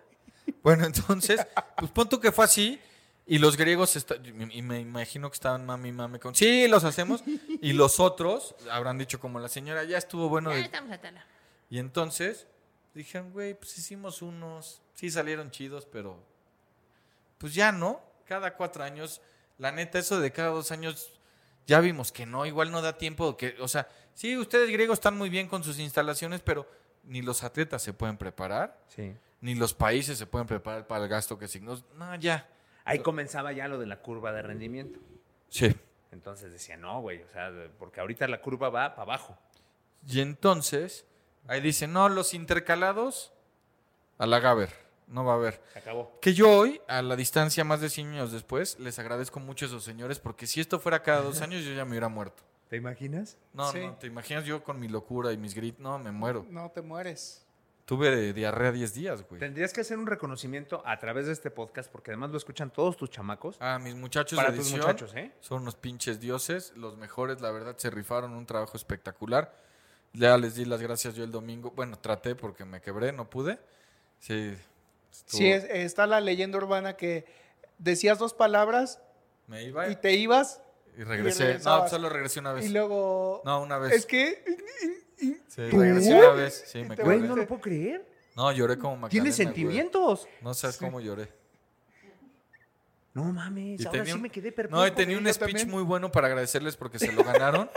Speaker 4: Bueno, entonces, pues pon tú que fue así y los griegos, esta- y me imagino que estaban mami, mami, con, sí, los hacemos. Y los otros habrán dicho como la señora, ya estuvo bueno. de- Y entonces dijeron, güey, pues hicimos unos, sí salieron chidos, pero pues ya no, cada cuatro años, la neta, eso de cada dos años, ya vimos que no, igual no da tiempo, que, o sea, sí, ustedes griegos están muy bien con sus instalaciones, pero ni los atletas se pueden preparar,
Speaker 3: Sí.
Speaker 4: ni los países se pueden preparar para el gasto que signos. No, ya.
Speaker 3: Ahí comenzaba ya lo de la curva de rendimiento.
Speaker 4: Sí.
Speaker 3: Entonces decía, no, güey, o sea, porque ahorita la curva va para abajo.
Speaker 4: Y entonces, ahí dicen, no, los intercalados, a la Gaber, no va a haber.
Speaker 3: Se acabó.
Speaker 4: Que yo hoy, a la distancia más de 100 años después, les agradezco mucho a esos señores, porque si esto fuera cada dos años, yo ya me hubiera muerto.
Speaker 3: ¿Te imaginas?
Speaker 4: No,
Speaker 1: Sí.
Speaker 4: no, te imaginas yo con mi locura y mis gritos, no, me muero.
Speaker 1: No te mueres.
Speaker 4: Tuve de- diarrea 10 días, güey.
Speaker 3: Tendrías que hacer un reconocimiento a través de este podcast, porque además lo escuchan todos tus chamacos.
Speaker 4: Ah, mis muchachos
Speaker 3: Para
Speaker 4: de
Speaker 3: tus
Speaker 4: edición
Speaker 3: muchachos, ¿eh?
Speaker 4: son unos pinches dioses, los mejores, la verdad, se rifaron un trabajo espectacular. Ya les di las gracias yo el domingo. Bueno, traté porque me quebré, no pude. Sí. estuvo-
Speaker 1: Sí, es- está la leyenda urbana que decías dos palabras
Speaker 4: Me iba
Speaker 1: y
Speaker 4: y,
Speaker 1: te ibas
Speaker 4: regresé. no,
Speaker 1: regresabas.
Speaker 4: solo regresé una vez.
Speaker 1: y luego...
Speaker 4: Pues, No, pues, una vez.
Speaker 1: Es que...
Speaker 4: Sí,
Speaker 1: ¿Tú?
Speaker 4: regresé una vez. Sí, me
Speaker 1: Te
Speaker 4: quebré.
Speaker 3: Güey,
Speaker 1: vuelves-
Speaker 3: no lo puedo creer.
Speaker 4: No, lloré como Magdalena.
Speaker 3: Tiene
Speaker 4: güey.
Speaker 3: sentimientos.
Speaker 4: No sabes cómo lloré.
Speaker 3: No mames,
Speaker 4: Y
Speaker 3: ahora
Speaker 4: tenía
Speaker 3: sí
Speaker 4: un-
Speaker 3: me quedé perplejo.
Speaker 4: No, y tenía
Speaker 3: güey.
Speaker 4: un
Speaker 1: yo
Speaker 4: speech
Speaker 1: también.
Speaker 4: muy bueno para agradecerles porque se lo ganaron,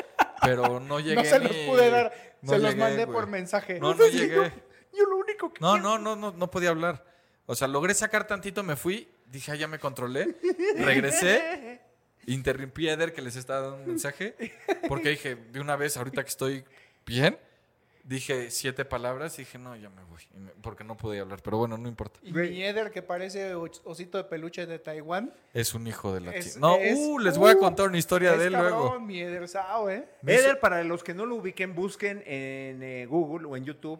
Speaker 4: pero no llegué.
Speaker 1: No se los
Speaker 4: ni-
Speaker 1: pude dar.
Speaker 4: no
Speaker 1: se los
Speaker 4: llegué,
Speaker 1: mandé
Speaker 4: güey.
Speaker 1: por mensaje.
Speaker 4: No, no llegué.
Speaker 3: Yo lo único que
Speaker 4: No, no, no, no, no podía hablar. O sea, logré sacar tantito, me fui, dije, ah, ya me controlé, regresé, interrumpí a Eder que les estaba dando un mensaje, porque dije, de una vez, ahorita que estoy bien, dije siete palabras y dije, no, ya me voy, y me- porque no podía hablar, pero bueno, no importa.
Speaker 1: Y mi Eder, que parece och- osito de peluche de Taiwán.
Speaker 4: Es un hijo de la
Speaker 1: Es-
Speaker 4: chica. No,
Speaker 1: es-
Speaker 4: uh, les voy a
Speaker 1: uh,
Speaker 4: contar una historia
Speaker 1: es
Speaker 4: de él
Speaker 1: cabrón,
Speaker 4: luego.
Speaker 1: mi Eder Sao, ¿eh?
Speaker 3: Eder, para los que no lo ubiquen, busquen en eh, Google o en YouTube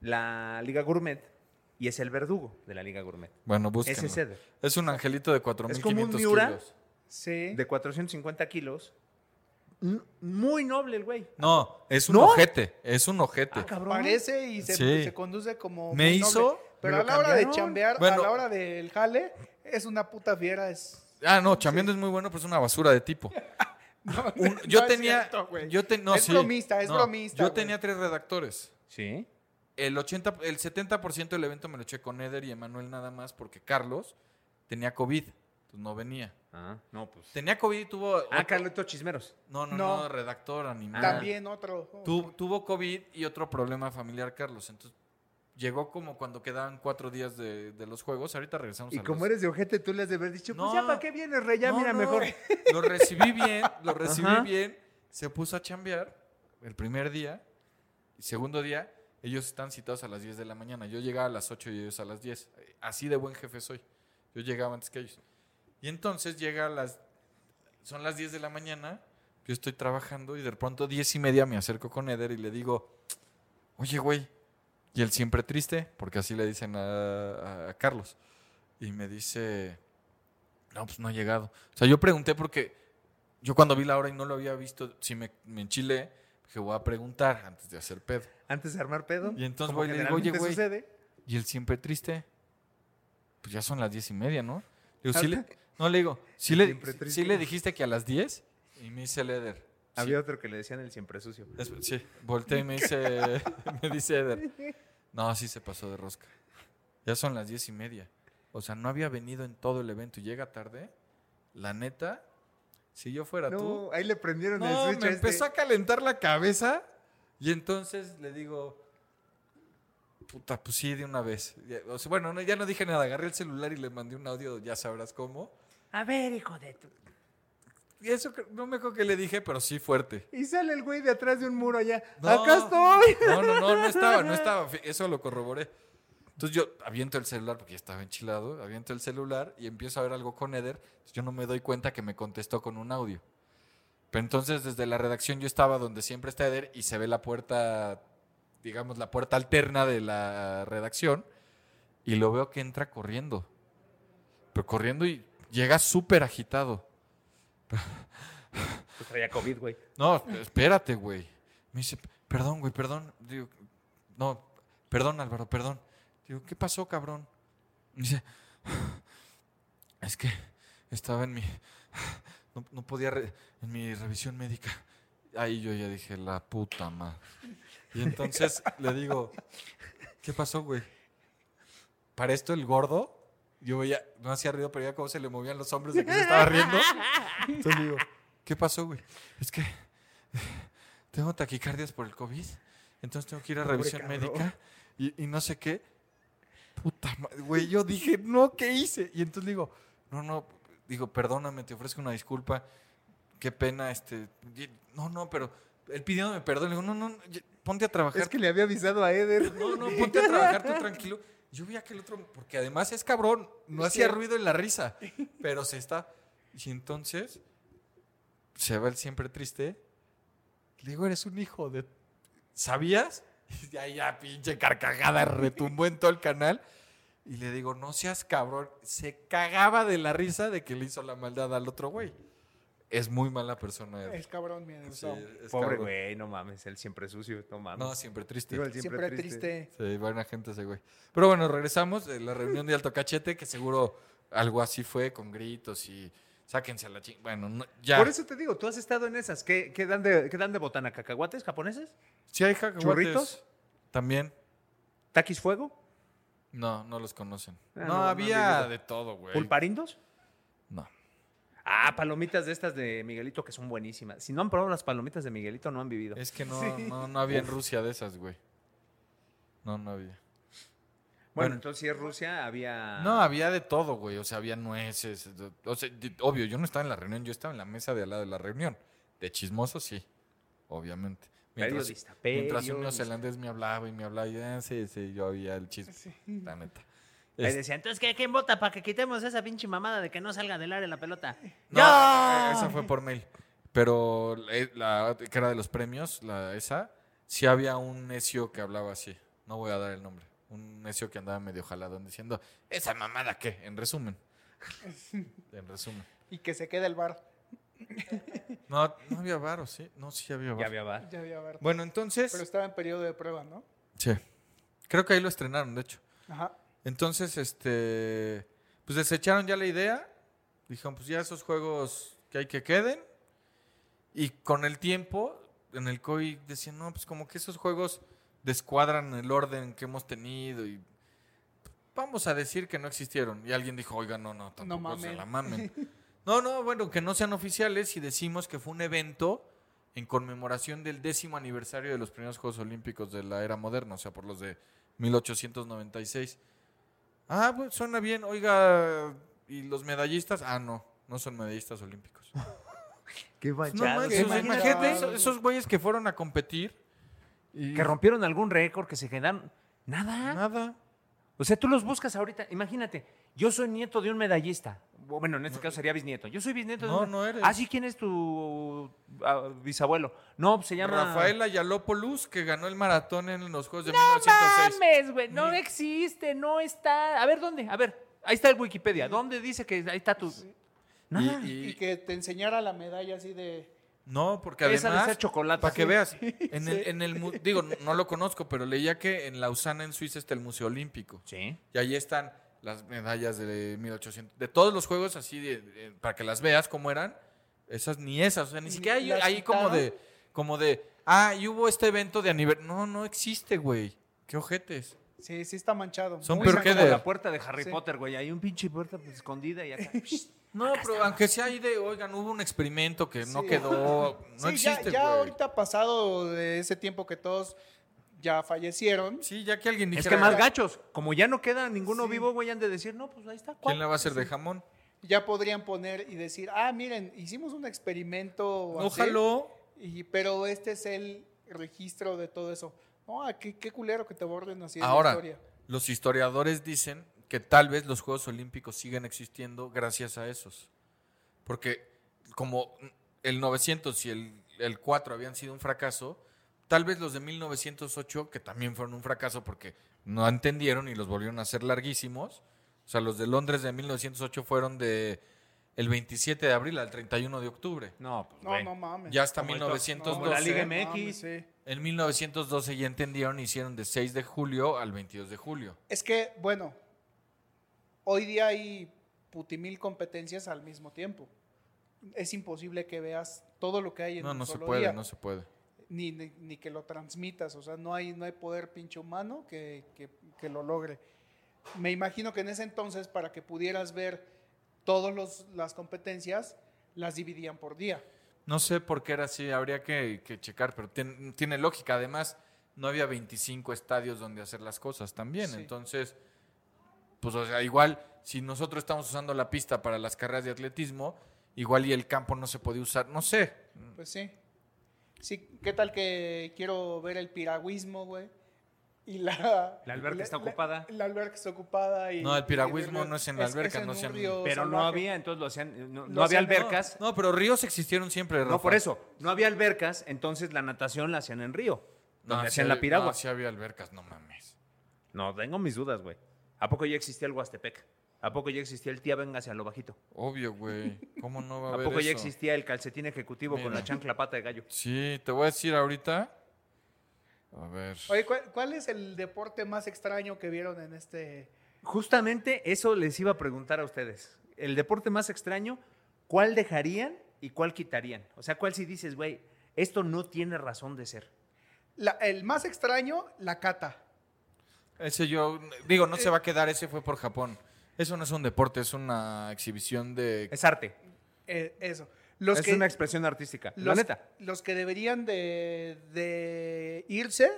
Speaker 3: la Liga Gourmet y es el verdugo de la Liga Gourmet.
Speaker 4: Bueno, búsquenlo.
Speaker 3: Ese es Eder.
Speaker 4: Es un angelito de
Speaker 3: Es como un
Speaker 4: 4.500
Speaker 3: Miura.
Speaker 4: kilos.
Speaker 1: Sí.
Speaker 3: De 450 kilos. M- Muy noble el güey.
Speaker 4: No, es un
Speaker 3: ¿No?
Speaker 4: ojete, es un ojete.
Speaker 3: Ah, cabrón.
Speaker 1: Parece y se,
Speaker 4: Sí.
Speaker 1: se conduce como.
Speaker 4: Me
Speaker 1: muy
Speaker 4: hizo-
Speaker 1: noble. Pero
Speaker 3: me
Speaker 1: a
Speaker 3: lo
Speaker 1: la hora de
Speaker 3: cambiaron.
Speaker 1: chambear, a
Speaker 4: Bueno.
Speaker 1: la hora del jale, es una puta fiera. Es.
Speaker 4: Ah, no, Chambiendo es muy bueno, pero es una basura de tipo. Un- yo
Speaker 1: no es
Speaker 4: tenía.
Speaker 1: cierto, güey.
Speaker 4: yo te- no,
Speaker 1: Es
Speaker 4: sí.
Speaker 1: bromista, es
Speaker 4: No,
Speaker 1: bromista,
Speaker 4: Yo
Speaker 1: güey.
Speaker 4: tenía tres redactores.
Speaker 3: Sí.
Speaker 4: El, 80, el 70% del evento me lo eché con Eder y Emanuel nada más porque Carlos tenía COVID, entonces pues no venía.
Speaker 5: Ah, no, pues.
Speaker 4: Tenía COVID y tuvo.
Speaker 5: Ah,
Speaker 4: otro-
Speaker 5: Carlito Chismeros.
Speaker 4: no, no,
Speaker 1: No.
Speaker 4: no, redactor, animal.
Speaker 1: También otro. oh,
Speaker 4: Tu- tuvo COVID y otro problema familiar, Carlos. Entonces, llegó como cuando quedaban cuatro días de, de los juegos. Ahorita regresamos
Speaker 5: Y
Speaker 4: a
Speaker 5: como
Speaker 4: los-
Speaker 5: eres de ojete, tú le has de haber dicho, pues
Speaker 4: No.
Speaker 5: ya, ¿para qué vienes, rey? Ya,
Speaker 4: No,
Speaker 5: mira,
Speaker 4: no,
Speaker 5: mejor.
Speaker 4: Lo recibí bien, lo recibí
Speaker 5: Ajá.
Speaker 4: bien. Se puso a chambear el primer día. Y segundo día, ellos están citados a las 10 de la mañana. Yo llegaba a las 8 y ellos a las 10. Así de buen jefe soy. Yo llegaba antes que ellos. Y entonces llega a las... Son las 10 de la mañana. Yo estoy trabajando y de pronto 10 y media me acerco con Eder y le digo, oye, güey. Y él siempre triste, porque así le dicen a- a- a Carlos. Y me dice, no, pues no ha llegado. O sea, yo pregunté porque yo cuando vi la hora y no lo había visto, si me, me enchilé, dije, voy a preguntar antes de hacer pedo.
Speaker 5: Antes de armar pedo.
Speaker 4: Y entonces
Speaker 5: como
Speaker 4: voy y le digo, oye,
Speaker 5: generalmente
Speaker 4: güey.
Speaker 5: sucede.
Speaker 4: Y él siempre triste. Pues ya son las diez y media, ¿no? Le digo, "Sí le- no le digo, ¿sí le,
Speaker 5: Ah, Siempre triste.
Speaker 4: sí le dijiste que a las 10? Y me dice Leder.
Speaker 5: Había otro que le decían el siempre sucio.
Speaker 4: Sí, es- sí, volteé y me dice, me dice Eder. No, sí se pasó de rosca. Ya son las diez y media. O sea, no había venido en todo el evento y llega tarde. La neta, si yo fuera tú,
Speaker 5: No, ahí le prendieron el
Speaker 4: No,
Speaker 5: switch.
Speaker 4: me
Speaker 5: a este.
Speaker 4: empezó a calentar la cabeza y entonces le digo, puta, pues sí, de una vez. Ya- o sea, bueno, no, ya no dije nada, agarré el celular y le mandé un audio, ya sabrás cómo.
Speaker 5: A ver, hijo de tu.
Speaker 4: Y eso cre- no me acuerdo que le dije, pero sí fuerte.
Speaker 5: Y sale el güey de atrás de un muro allá.
Speaker 4: No,
Speaker 5: ¡Acá estoy!
Speaker 4: No, no, no, no estaba, no estaba, fi- eso lo corroboré. Entonces yo aviento el celular, porque ya estaba enchilado, aviento el celular y empiezo a ver algo con Eder. Entonces, yo no me doy cuenta que me contestó con un audio. Pero entonces desde la redacción yo estaba donde siempre está Eder y se ve la puerta, digamos, la puerta alterna de la redacción y lo veo que entra corriendo. Pero corriendo y llega súper agitado.
Speaker 5: Pues traía COVID, güey.
Speaker 4: No, espérate, güey. Me dice, perdón, güey, perdón. Digo, no, perdón, Álvaro, perdón. Digo, ¿qué pasó, cabrón? Me dice, es que estaba en mi. No, no podía. re- en mi revisión médica. Ahí yo ya dije, la puta madre. Y entonces le digo, ¿qué pasó, güey? Para esto el gordo, yo veía, no hacía ruido, pero ya cómo se le movían los hombros de que se estaba riendo. Entonces le digo, ¿qué pasó, güey? Es que tengo taquicardias por el COVID, entonces tengo que ir a revisión médica y, y no sé qué. Puta madre, güey, yo dije, no, ¿qué hice? Y entonces le digo, no, no, digo, perdóname, te ofrezco una disculpa, qué pena, este, y- no, no, pero él pidiéndome perdón, le digo, no, no, ya- ponte a trabajar.
Speaker 5: Es que le había avisado a Eder.
Speaker 4: No, no, ponte a trabajar tú tranquilo. Yo veía que el otro, porque además es cabrón, no hacía ruido en la risa, pero se está. Y entonces se va el siempre triste. Le digo, eres un hijo de. ¿Sabías? Y ya, ya, pinche carcajada retumbó en todo el canal. Y le digo, no seas cabrón. Se cagaba de la risa de que le hizo la maldad al otro güey. Es muy mala persona. Ed.
Speaker 1: Es cabrón, mira.
Speaker 4: Sí, es
Speaker 5: Pobre
Speaker 4: cabrón.
Speaker 5: güey, no mames, él siempre sucio, no mames.
Speaker 4: No, siempre triste.
Speaker 5: Digo, el
Speaker 1: Siempre, triste.
Speaker 4: Sí, buena gente ese güey. Pero bueno, regresamos de la reunión de Alto Cachete, que seguro algo así fue, con gritos y sáquense a la ching... Bueno, no- ya.
Speaker 5: Por eso te digo, tú has estado en esas. ¿Qué, qué dan, de, qué dan de botana? ¿Cacahuates japoneses?
Speaker 4: ¿Sí hay cacahuates?
Speaker 5: ¿Churritos?
Speaker 4: También.
Speaker 5: ¿Taquis fuego?
Speaker 4: No, no los conocen. no,
Speaker 5: Ah, no, no han
Speaker 4: había
Speaker 5: vivido.
Speaker 4: de todo, güey.
Speaker 5: ¿Pulparindos?
Speaker 4: No.
Speaker 5: Ah, palomitas de estas de Miguelito que son buenísimas. Si no han probado las palomitas de Miguelito, no han vivido.
Speaker 4: Es que no, no, no había en Rusia de esas, güey. No, no había.
Speaker 5: bueno,
Speaker 4: bueno.
Speaker 5: entonces si es Rusia, había.
Speaker 4: No, había de todo, güey. O sea, había nueces. de- O sea, di- obvio, yo no estaba en la reunión, yo estaba en la mesa de al lado de la reunión. De chismoso, sí, obviamente.
Speaker 5: Periodista,
Speaker 4: mientras un
Speaker 5: periodista.
Speaker 4: neozelandés me hablaba y me hablaba, y ah, sí, sí, yo había el chisme, la neta.
Speaker 3: Ahí
Speaker 4: Es-
Speaker 3: decía, entonces, ¿qué, ¿quién vota para que quitemos esa pinche mamada de que no salga del área la pelota?
Speaker 4: No, eh, Esa fue por mail. Pero eh, la que era de los premios, la esa, sí había un necio que hablaba así. No voy a dar el nombre. Un necio que andaba medio jaladón diciendo, ¿esa mamada qué? En resumen. en resumen.
Speaker 1: Y que se quede el bar.
Speaker 4: No, no había varo, sí. No, sí había varo.
Speaker 5: Ya había bar.
Speaker 1: Ya había bar.
Speaker 4: Bueno, entonces.
Speaker 1: Pero estaba en periodo de prueba, ¿no?
Speaker 4: Sí. Creo que ahí lo estrenaron, de hecho.
Speaker 1: Ajá.
Speaker 4: Entonces, este. Pues desecharon ya la idea. Dijeron, pues ya esos juegos que hay que queden. Y con el tiempo, en el COI decían, no, pues como que esos juegos descuadran el orden que hemos tenido y. Vamos a decir que no existieron. Y alguien dijo, oiga, no, no, tampoco se
Speaker 1: mamen.
Speaker 4: la mamen. No, no, bueno, que no sean oficiales y decimos que fue un evento en conmemoración del décimo aniversario de los primeros Juegos Olímpicos de la era moderna, o sea, por los de 1896. Ah, pues suena bien, oiga, ¿y los medallistas? Ah, no, no son medallistas olímpicos. Pues
Speaker 5: Qué
Speaker 4: No
Speaker 5: manchado.
Speaker 4: manches,
Speaker 1: qué
Speaker 4: imagínate
Speaker 1: manchado.
Speaker 4: esos, esos güeyes que fueron a competir y
Speaker 3: Que rompieron algún récord, que se quedaron. Nada.
Speaker 4: nada.
Speaker 3: O sea, tú los buscas ahorita. Imagínate, yo soy nieto de un medallista. O Bueno, en este caso sería bisnieto. Yo soy bisnieto de
Speaker 4: No,
Speaker 3: un.
Speaker 4: no eres.
Speaker 3: Ah, sí, ¿quién es tu ah, bisabuelo? No, pues, se llama.
Speaker 4: Rafael Ayalopoulos, que ganó el maratón en los Juegos de
Speaker 3: No
Speaker 4: 1906.
Speaker 3: mames, güey. No existe, no está. A ver, ¿dónde? A ver, ahí está el Wikipedia. ¿Dónde dice que ahí está tu.
Speaker 4: Pues,
Speaker 3: Nada.
Speaker 4: Y- y-
Speaker 1: Y que te enseñara la medalla así de.
Speaker 4: No, porque
Speaker 3: Esa de
Speaker 4: además...
Speaker 3: ser chocolate.
Speaker 4: Para que
Speaker 3: Sí.
Speaker 4: veas, en el, en el mu- digo, no lo conozco, pero leía que en Lausana, en Suiza, está el Museo Olímpico.
Speaker 3: Sí.
Speaker 4: Y ahí están las medallas de 1800, de todos los juegos así, de- de- para que las veas cómo eran, esas ni esas, o sea, ni siquiera hay
Speaker 1: las
Speaker 4: ahí como
Speaker 1: quitaron?
Speaker 4: de, como de, ah, y hubo este evento de aniversario. No, no existe, güey. Qué ojetes.
Speaker 1: Sí, sí está manchado.
Speaker 4: Son
Speaker 1: Muy
Speaker 4: peor que
Speaker 1: manchado.
Speaker 3: Como
Speaker 4: de-
Speaker 3: la puerta de Harry
Speaker 1: Sí.
Speaker 3: Potter, güey. Hay un pinche puerta pues, escondida y acá.
Speaker 4: No, pero aunque sea ahí de, oigan, hubo un experimento que no
Speaker 1: Sí.
Speaker 4: quedó, no
Speaker 1: Sí, ya-
Speaker 4: existe,
Speaker 1: ya,
Speaker 4: güey.
Speaker 1: ahorita pasado de ese tiempo que todos ya fallecieron.
Speaker 4: Sí, ya que alguien
Speaker 3: es
Speaker 4: dijera,
Speaker 3: que más gachos. Como ya no queda ninguno
Speaker 1: Sí.
Speaker 3: vivo, güey, han de decir, no, pues ahí está. ¿cuál?
Speaker 4: ¿quién la va a hacer de jamón?
Speaker 1: Ya podrían poner y decir, ah, miren, hicimos un experimento. así,
Speaker 4: Ojalá.
Speaker 1: y- pero este es el registro de todo eso. No, ah, qué, qué culero que te borren así en la
Speaker 4: Ahora,
Speaker 1: historia.
Speaker 4: los historiadores dicen que tal vez los Juegos Olímpicos siguen existiendo gracias a esos. Porque como el 900 y el, el 4 habían sido un fracaso, tal vez los de 1908, que también fueron un fracaso porque no entendieron y los volvieron a hacer larguísimos. O sea, los de Londres de 1908 fueron de el 27 de abril al 31 de octubre.
Speaker 3: No, pues,
Speaker 1: No,
Speaker 3: güey.
Speaker 1: no mames.
Speaker 4: Ya hasta
Speaker 3: Como el- como
Speaker 4: 1912.
Speaker 3: la Liga
Speaker 1: no
Speaker 3: MX.
Speaker 1: sí.
Speaker 4: En 1912 ya entendieron y hicieron de 6 de julio al 22 de julio.
Speaker 1: Es que, bueno, hoy día hay putimil competencias al mismo tiempo. Es imposible que veas todo lo que hay en
Speaker 4: No,
Speaker 1: un
Speaker 4: no se
Speaker 1: solo
Speaker 4: puede,
Speaker 1: día.
Speaker 4: no se puede.
Speaker 1: ni, ni, ni que lo transmitas, o sea, no hay, no hay poder pinche humano que, que- que lo logre. Me imagino que en ese entonces, para que pudieras ver todas las competencias, las dividían por día.
Speaker 4: No sé por qué era así, habría que, que checar, pero tien- tiene lógica. Además, no había 25 estadios donde hacer las cosas también.
Speaker 1: Sí.
Speaker 4: Entonces, pues o sea, igual, si nosotros estamos usando la pista para las carreras de atletismo, igual y el campo no se podía usar, no sé.
Speaker 3: Mm.
Speaker 1: Pues sí. Sí, ¿qué tal que quiero ver el piragüismo, güey? Y la...
Speaker 3: La alberca está ocupada.
Speaker 1: La, alberca está ocupada y...
Speaker 4: No, el
Speaker 1: y
Speaker 4: piragüismo
Speaker 1: ver-
Speaker 4: no es en la alberca, no
Speaker 1: un
Speaker 4: es en-
Speaker 1: río
Speaker 3: Pero no
Speaker 1: salvaje.
Speaker 3: había, entonces lo hacían. No, no
Speaker 1: Lo
Speaker 3: había
Speaker 1: hacían, no,
Speaker 3: albercas.
Speaker 4: No, pero ríos existieron siempre.
Speaker 3: No,
Speaker 4: Rafa.
Speaker 3: por eso. No había albercas, entonces la natación la hacían en río.
Speaker 4: No,
Speaker 3: Donde
Speaker 4: sí
Speaker 3: hacían
Speaker 4: había-
Speaker 3: la piragua.
Speaker 4: No, sí había albercas, no mames.
Speaker 3: No, tengo mis dudas, güey. ¿A poco ya existía el Huastepec? ¿A poco ya existía el tía venga hacia lo bajito?
Speaker 4: Obvio, güey. ¿Cómo no va a
Speaker 3: ¿A,
Speaker 4: haber
Speaker 3: poco ya
Speaker 4: eso?
Speaker 3: existía el calcetín ejecutivo con
Speaker 4: Mira.
Speaker 3: la chancla pata de gallo?
Speaker 4: Sí, te voy a decir ahorita. A ver.
Speaker 1: Oye, ¿cuál, cuál es el deporte más extraño que vieron en este...
Speaker 3: Justamente eso les iba a preguntar a ustedes. El deporte más extraño, ¿cuál dejarían y cuál quitarían? O sea, ¿cuál si dices, güey, esto no tiene razón de ser?
Speaker 1: La- el más extraño, la cata.
Speaker 4: Ese yo, digo,
Speaker 3: Eh,
Speaker 4: no se va a quedar, ese fue por Japón. Eso no es un deporte, es una exhibición de...
Speaker 3: Es arte.
Speaker 1: Eh, eso. Los
Speaker 3: es
Speaker 1: que,
Speaker 3: una expresión artística.
Speaker 1: los,
Speaker 3: la neta.
Speaker 1: Los que deberían de, de irse,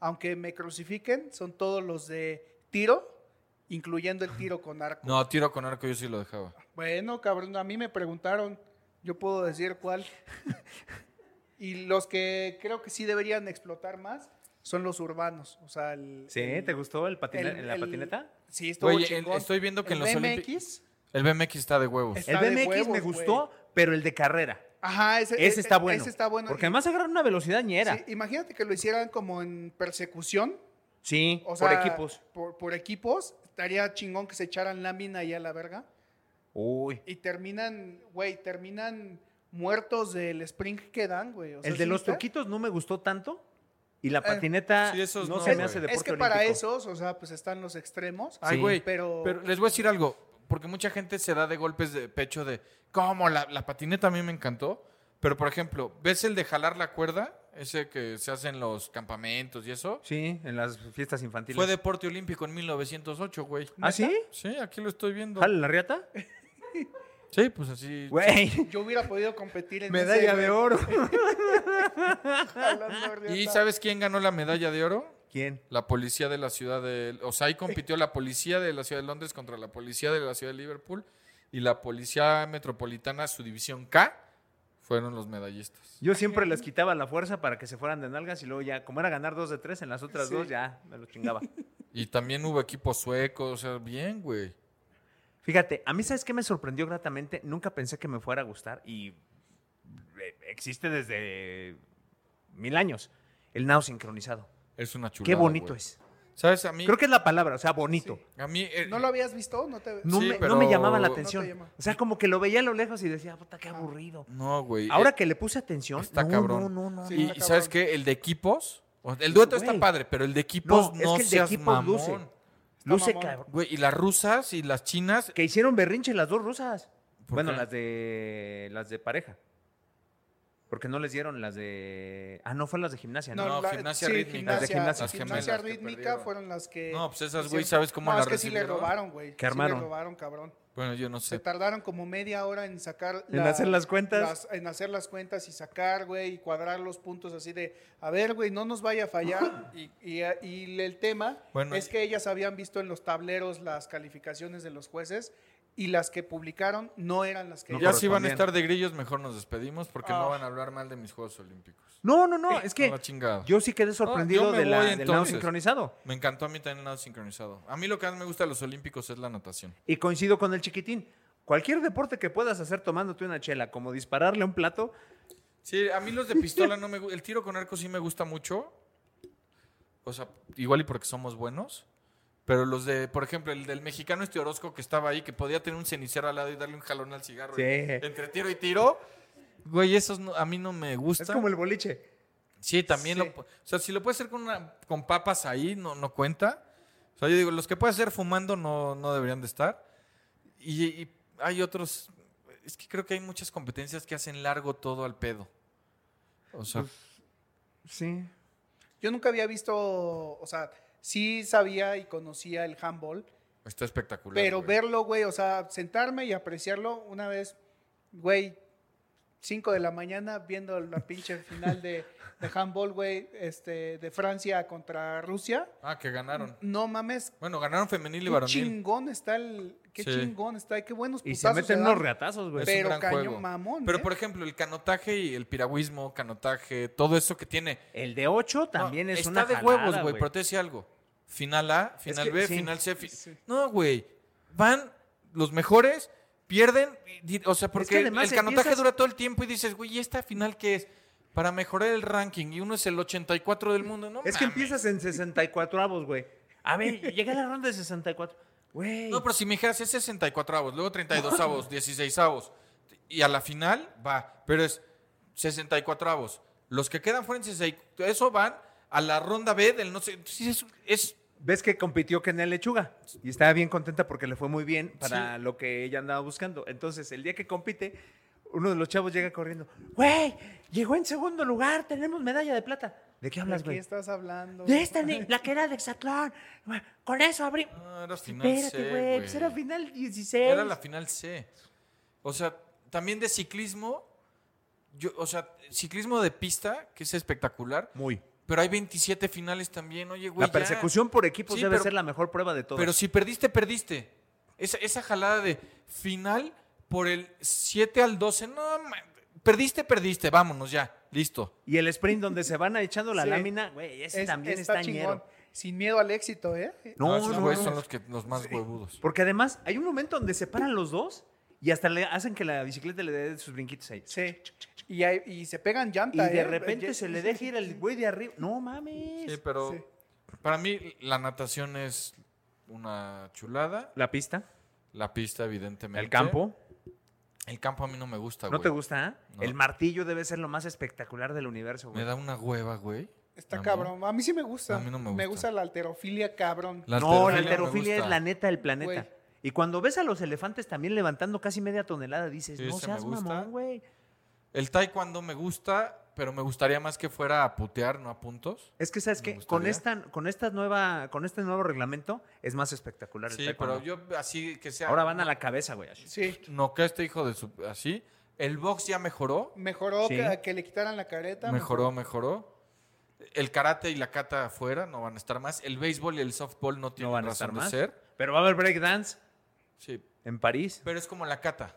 Speaker 1: aunque me crucifiquen, son todos los de tiro, incluyendo el tiro con arco.
Speaker 4: No, tiro con arco yo sí lo dejaba.
Speaker 1: Bueno, cabrón, a mí me preguntaron, yo puedo decir cuál. y los que creo que sí deberían explotar más son los urbanos. O sea, el,
Speaker 3: Sí,
Speaker 1: el-
Speaker 3: ¿te gustó el patina-
Speaker 1: el-
Speaker 3: en la
Speaker 1: el-
Speaker 3: patineta?
Speaker 1: Sí, estuvo
Speaker 4: Oye, el-
Speaker 1: chingón.
Speaker 4: estoy viendo que en
Speaker 1: El
Speaker 4: los
Speaker 1: BMX,
Speaker 4: El BMX está de huevos.
Speaker 1: Es-
Speaker 3: El
Speaker 1: está de
Speaker 3: BMX me
Speaker 1: huevos,
Speaker 3: gustó, pero el de carrera.
Speaker 1: Ajá, ese,
Speaker 3: Ese
Speaker 1: ese-
Speaker 3: está bueno.
Speaker 1: Ese está bueno.
Speaker 3: Porque además agarraron una velocidad ñera.
Speaker 1: Sí, imagínate que lo hicieran como en persecución.
Speaker 3: Sí,
Speaker 1: O
Speaker 3: por
Speaker 1: sea,
Speaker 3: equipos.
Speaker 1: Por, por equipos. Estaría chingón que se echaran lámina y a la verga.
Speaker 3: Uy.
Speaker 1: Y terminan, güey, terminan muertos del spring que dan, güey. O sea,
Speaker 3: el de
Speaker 1: ¿sí ¿eh?
Speaker 3: los
Speaker 1: viste?
Speaker 3: truquitos no me gustó tanto. Y la patineta
Speaker 4: sí, esos
Speaker 3: no,
Speaker 4: no,
Speaker 3: se me
Speaker 4: güey.
Speaker 3: hace deporte
Speaker 1: Es que para
Speaker 3: olímpico.
Speaker 1: esos, o sea, pues están los extremos.
Speaker 4: Ay,
Speaker 3: Sí.
Speaker 4: güey,
Speaker 1: pero-
Speaker 4: pero... les voy a decir algo, porque mucha gente se da de golpes de pecho de, ¿cómo? La, la patineta a mí me encantó, pero por ejemplo, ¿ves el de jalar la cuerda? Ese que se hace en los campamentos y eso.
Speaker 3: Sí, en las fiestas infantiles.
Speaker 4: Fue deporte olímpico en 1908, güey.
Speaker 3: ¿Ah, sí?
Speaker 4: Sí, aquí lo estoy viendo.
Speaker 3: ¿Jale la riata?
Speaker 4: Sí, pues así.
Speaker 3: Güey,
Speaker 1: Yo hubiera podido competir en
Speaker 3: medalla
Speaker 1: ese,
Speaker 3: de
Speaker 1: güey,
Speaker 3: oro.
Speaker 1: jalando riata.
Speaker 4: ¿Y sabes quién ganó la medalla de oro?
Speaker 3: ¿Quién?
Speaker 4: La policía de la ciudad de... O sea, ahí compitió la policía de la ciudad de Londres contra la policía de la ciudad de Liverpool y la policía metropolitana, su división K, fueron los medallistas.
Speaker 3: Yo siempre les quitaba la fuerza para que se fueran de nalgas y luego ya, como era ganar dos de tres, en las otras
Speaker 1: Sí.
Speaker 3: dos ya me lo chingaba.
Speaker 4: Y también hubo equipos suecos, o sea, bien, güey.
Speaker 3: Fíjate, a mí, ¿sabes qué me sorprendió gratamente? Nunca pensé que me fuera a gustar y eh, existe desde mil años. El nao sincronizado.
Speaker 4: Es una chulada.
Speaker 3: qué bonito
Speaker 4: güey.
Speaker 3: es.
Speaker 4: ¿Sabes? A mí...
Speaker 3: Creo que es la palabra, o sea, bonito.
Speaker 4: A mí... eh,
Speaker 1: ¿No lo habías visto? No te
Speaker 3: No,
Speaker 4: Sí,
Speaker 3: me, no
Speaker 4: pero-
Speaker 3: me llamaba la
Speaker 4: No te
Speaker 3: atención.
Speaker 1: llama.
Speaker 3: o sea, como que lo veía a lo lejos y decía, puta, qué aburrido.
Speaker 4: No, güey.
Speaker 3: Ahora
Speaker 4: Eh,
Speaker 3: que le puse atención,
Speaker 4: está
Speaker 3: no,
Speaker 4: cabrón.
Speaker 3: no, no, no.
Speaker 1: Sí,
Speaker 4: y-
Speaker 1: está
Speaker 4: y,
Speaker 1: cabrón.
Speaker 4: sabes qué? El de equipos... o- El dueto está
Speaker 3: Güey.
Speaker 4: padre, pero el de equipos
Speaker 3: No,
Speaker 4: no,
Speaker 3: es que el de
Speaker 4: seas
Speaker 3: equipos luce.
Speaker 4: mamón.
Speaker 3: Luce
Speaker 1: mamón.
Speaker 3: cabrón.
Speaker 4: Güey, y las rusas y las chinas...
Speaker 3: Que hicieron berrinche las dos rusas.
Speaker 4: ¿Por
Speaker 3: Bueno,
Speaker 4: qué?
Speaker 3: las de las de pareja. Porque no les dieron las de. Ah, no, fue las de gimnasia, ¿no?
Speaker 4: No,
Speaker 1: la-
Speaker 4: gimnasia
Speaker 1: sí,
Speaker 4: rítmica.
Speaker 1: gimnasia-
Speaker 3: Las de gimnasia.
Speaker 4: Las
Speaker 1: gimnasia
Speaker 4: gemelas que
Speaker 1: rítmica
Speaker 4: perdieron.
Speaker 1: fueron las que.
Speaker 4: No, pues esas,
Speaker 1: hicieron-
Speaker 4: güey, ¿sabes cómo
Speaker 1: No,
Speaker 4: las
Speaker 1: es que sí le
Speaker 4: recibieron?
Speaker 1: robaron, güey. Sí le
Speaker 3: armaron?
Speaker 1: robaron, cabrón.
Speaker 4: Bueno, yo no
Speaker 1: Se
Speaker 4: sé.
Speaker 1: tardaron como media hora en sacar.
Speaker 3: En hacer las cuentas.
Speaker 1: en hacer las cuentas y sacar, güey, y cuadrar los puntos así de. A ver, güey, no nos vaya a fallar. y, y- ah, y el tema
Speaker 4: Bueno,
Speaker 1: es
Speaker 4: y-
Speaker 1: que ellas habían visto en los tableros las calificaciones de los jueces y las que publicaron no eran las que.
Speaker 3: No
Speaker 4: Ya
Speaker 1: ellas-
Speaker 4: si van a
Speaker 3: correspondían.
Speaker 4: estar de grillos, mejor nos despedimos porque
Speaker 1: Ah.
Speaker 4: no van a hablar mal de mis Juegos Olímpicos.
Speaker 3: No, no, Eh, no. Es
Speaker 4: A
Speaker 3: que
Speaker 4: la chingada.
Speaker 3: yo sí quedé sorprendido
Speaker 4: yo me
Speaker 3: de la,
Speaker 4: voy,
Speaker 3: del nado
Speaker 4: entonces.
Speaker 3: sincronizado.
Speaker 4: Me encantó a mí también el nado sincronizado. A mí lo que más me gusta de los Olímpicos es la natación.
Speaker 3: Y coincido con el chiquitín. Cualquier deporte que puedas hacer tomándote una chela, como dispararle a un plato,
Speaker 4: Sí, a mí los de pistola no me gustan. El tiro con arco sí me gusta mucho. O sea, igual y porque somos buenos. Pero los de, por ejemplo, el del mexicano este Orozco que estaba ahí, que podía tener un cenicero al lado y darle un jalón al cigarro.
Speaker 3: Sí.
Speaker 4: Entre tiro y tiro. Güey, esos no- a mí no me gustan.
Speaker 3: es como el boliche.
Speaker 4: Sí, también
Speaker 1: Sí.
Speaker 4: lo. pu- O sea, si lo puedes hacer con, una, con papas ahí, no, no cuenta. O sea, yo digo, los que puedes hacer fumando no, no deberían de estar. Y, y hay otros. Es que creo que hay muchas competencias que hacen largo todo al pedo. O sea,
Speaker 3: Sí.
Speaker 1: Yo nunca había visto. O sea, sí sabía y conocía el handball.
Speaker 4: está espectacular.
Speaker 1: Pero
Speaker 4: güey.
Speaker 1: verlo, güey, o sea, sentarme y apreciarlo una vez, güey, 5 de la mañana viendo la pinche final de, de handball, güey, este, de Francia contra Rusia.
Speaker 4: Ah, que ganaron.
Speaker 1: No mames,
Speaker 4: Bueno, ganaron femenil y
Speaker 1: qué
Speaker 4: varonil.
Speaker 1: chingón está el, qué
Speaker 4: Sí.
Speaker 1: chingón está, qué buenos
Speaker 3: Y
Speaker 1: putazos
Speaker 3: se meten
Speaker 1: dan.
Speaker 3: unos reatazos, güey.
Speaker 4: Es
Speaker 1: pero
Speaker 4: un gran
Speaker 1: cañón
Speaker 4: juego.
Speaker 1: mamón,
Speaker 4: Pero,
Speaker 1: ¿eh?
Speaker 4: por ejemplo, el canotaje y el piragüismo, canotaje, todo eso que tiene.
Speaker 3: El de 8 también
Speaker 4: No,
Speaker 3: es
Speaker 4: está
Speaker 3: una
Speaker 4: de
Speaker 3: jalada,
Speaker 4: huevos, güey, pero te decía algo. Final A, final
Speaker 3: que
Speaker 4: B,
Speaker 3: sí.
Speaker 4: final C. fi-
Speaker 1: Sí.
Speaker 4: No, güey. Van los mejores, pierden. y di- O sea, porque el
Speaker 3: además
Speaker 4: canotaje
Speaker 3: empiezas-
Speaker 4: dura todo el tiempo y dices, güey, ¿y esta final qué es? Para mejorar el ranking. Y uno es el 84 del mundo. No,
Speaker 3: Es que
Speaker 4: mames.
Speaker 3: empiezas en 64 avos, güey. A ver, llega la ronda de 64. Güey.
Speaker 4: No, pero si me dijeras, es 64 avos, luego 32 avos, 16 avos. Y a la final va, pero es 64 avos. Los que quedan fueron 64. Eso van a la ronda B del no sé. Entonces, es- es
Speaker 3: Ves que compitió Kenia Lechuga y estaba bien contenta porque le fue muy bien para lo que ella andaba buscando. Entonces, el día que compite, uno de los chavos llega corriendo. Güey, llegó en segundo lugar, tenemos medalla de plata. ¿De qué
Speaker 1: ¿De
Speaker 3: hablas,
Speaker 1: qué
Speaker 3: güey?
Speaker 1: estás hablando?
Speaker 3: De esta, ni- la que era de Exatlón. Con eso abrí.
Speaker 4: No, Ah, era final
Speaker 3: Espérate,
Speaker 4: C,
Speaker 3: güey. Pues era
Speaker 4: güey.
Speaker 3: final 16.
Speaker 4: Era la final C. O sea, también de ciclismo. Yo, o sea, ciclismo de pista, que es espectacular.
Speaker 3: Muy.
Speaker 4: Pero hay 27 finales también, oye, güey.
Speaker 3: La
Speaker 4: ya.
Speaker 3: persecución por equipos
Speaker 4: Sí,
Speaker 3: debe
Speaker 4: pero-
Speaker 3: ser la mejor prueba de todo.
Speaker 4: Pero si perdiste, perdiste. Esa, esa jalada de final por el 7 al 12. No, ma- perdiste, perdiste. Vámonos ya. Listo.
Speaker 3: Y el sprint donde se van echando la
Speaker 1: Sí.
Speaker 3: lámina, güey, ese
Speaker 1: Es-
Speaker 3: también
Speaker 1: está
Speaker 3: está,
Speaker 1: chingón.
Speaker 3: ñero.
Speaker 1: Sin miedo al éxito, ¿eh?
Speaker 4: No,
Speaker 3: No,
Speaker 4: esos
Speaker 3: no,
Speaker 4: güeyes
Speaker 3: no.
Speaker 4: son los, que, los más huevudos.
Speaker 3: Porque además hay un momento donde se paran los dos y hasta le hacen que la bicicleta le dé sus brinquitos ahí.
Speaker 1: Sí. Y, hay- y se pegan
Speaker 3: Y
Speaker 1: llanta,
Speaker 3: de
Speaker 1: ¿eh?
Speaker 3: repente se le deja ir el güey de arriba. No
Speaker 4: Sí,
Speaker 3: mames.
Speaker 4: pero
Speaker 1: Sí.
Speaker 4: para mí la natación es una chulada.
Speaker 3: La pista,
Speaker 4: La pista, evidentemente.
Speaker 3: el campo.
Speaker 4: El campo a mí no me gusta, güey.
Speaker 3: ¿No te gusta? ah?
Speaker 4: No.
Speaker 3: El martillo debe ser lo más espectacular del universo,
Speaker 4: Me
Speaker 3: güey.
Speaker 4: da una hueva, güey.
Speaker 1: Está
Speaker 4: A mí.
Speaker 1: cabrón. A mí sí me gusta.
Speaker 4: A mí no me
Speaker 1: Me
Speaker 4: gusta.
Speaker 1: gusta la alterofilia, cabrón.
Speaker 4: La
Speaker 3: no, la
Speaker 4: me
Speaker 3: alterofilia es
Speaker 4: gusta.
Speaker 3: la neta del planeta.
Speaker 1: Güey.
Speaker 3: Y cuando ves a los elefantes también levantando casi media tonelada, dices,
Speaker 4: Sí,
Speaker 3: no
Speaker 4: ese me
Speaker 3: seas
Speaker 4: gusta.
Speaker 3: mamón, güey.
Speaker 4: El taekwondo me gusta. pero me gustaría más que fuera a putear, no a puntos.
Speaker 3: Es que, ¿sabes
Speaker 4: Me
Speaker 3: qué? Con,
Speaker 4: gustaría.
Speaker 3: esta, con, esta nueva, con este nuevo reglamento es más espectacular. el
Speaker 4: Sí,
Speaker 3: taekwondo.
Speaker 4: pero yo así que sea.
Speaker 3: Ahora van a la cabeza, güey. así.
Speaker 1: Sí.
Speaker 4: No, que este hijo de su. Así. El box ya mejoró.
Speaker 1: Mejoró
Speaker 3: Sí.
Speaker 1: que, a que le quitaran la careta.
Speaker 4: Mejoró, mejoró. El karate y la kata afuera no van a estar más. El béisbol y el softball no tienen
Speaker 3: No van a
Speaker 4: razón
Speaker 3: estar
Speaker 4: de
Speaker 3: más.
Speaker 4: ser.
Speaker 3: Pero va a haber breakdance
Speaker 4: Sí.
Speaker 3: en París.
Speaker 4: Pero es como la kata.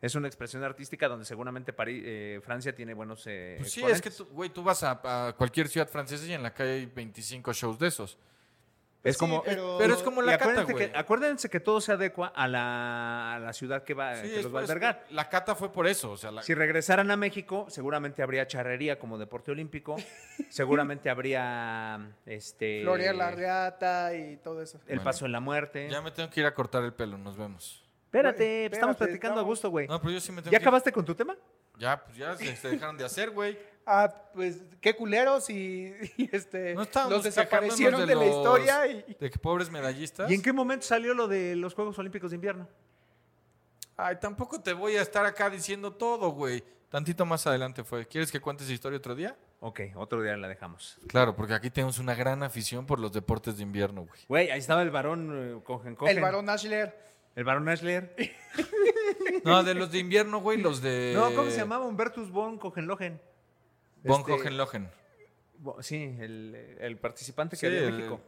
Speaker 3: Es una expresión artística donde seguramente París, eh, Francia tiene buenos. eh,
Speaker 4: Pues sí, es que
Speaker 3: exponentes.
Speaker 4: tú, güey, tú vas a, a cualquier ciudad francesa y en la calle hay 25 shows de esos.
Speaker 3: Es
Speaker 1: Sí,
Speaker 3: como.
Speaker 1: pero-
Speaker 4: Pero es como
Speaker 3: y
Speaker 4: la cata,
Speaker 3: acuérdense,
Speaker 4: güey.
Speaker 3: que, acuérdense que todo se adecua a la, a la ciudad que, va, Ah,
Speaker 4: Sí,
Speaker 3: que
Speaker 4: es
Speaker 3: los va a
Speaker 4: por- es-
Speaker 3: albergar.
Speaker 4: La cata fue por eso. O sea, la-
Speaker 3: Si regresaran a México, seguramente habría charrería como deporte olímpico. seguramente habría. Este,
Speaker 1: Florear la reata y todo eso.
Speaker 3: El paso en la muerte.
Speaker 4: ya me tengo que ir a cortar el pelo, nos vemos.
Speaker 3: Espérate,
Speaker 1: Güey,
Speaker 3: pues estamos
Speaker 1: espérate,
Speaker 3: platicando a
Speaker 1: estamos-
Speaker 3: gusto, güey.
Speaker 4: No, pues, pero yo sí me tengo
Speaker 3: ¿Ya
Speaker 4: que ir.
Speaker 3: acabaste con tu tema?
Speaker 4: Ya, pues ya se, se dejaron de hacer, güey.
Speaker 1: Ah, pues qué culeros y, y, este
Speaker 4: No estábamos
Speaker 1: los desaparecieron de,
Speaker 4: quejándonos
Speaker 1: la
Speaker 4: los-
Speaker 1: historia y
Speaker 4: De que pobres medallistas.
Speaker 3: ¿Y en qué momento salió lo de los Juegos Olímpicos de Invierno?
Speaker 4: Ay, tampoco te voy a estar acá diciendo todo, güey. Tantito más adelante fue. ¿Quieres que cuentes historia otro día?
Speaker 3: Ok, otro día la dejamos.
Speaker 4: Claro, porque aquí tenemos una gran afición por los deportes de invierno, güey.
Speaker 3: Güey, ahí estaba el varón eh, Cogen Cogen.
Speaker 1: el varón Ashler.
Speaker 3: El varón Ashler.
Speaker 4: Eh. No, de los de invierno, güey, los de...
Speaker 3: No, ¿cómo se llamaba? Humbertus von Cogenlogen.
Speaker 4: Von
Speaker 3: Este-
Speaker 4: Hohenlohen.
Speaker 3: Bo- Sí, el, el participante que
Speaker 4: Sí,
Speaker 3: había en
Speaker 4: el-
Speaker 3: México.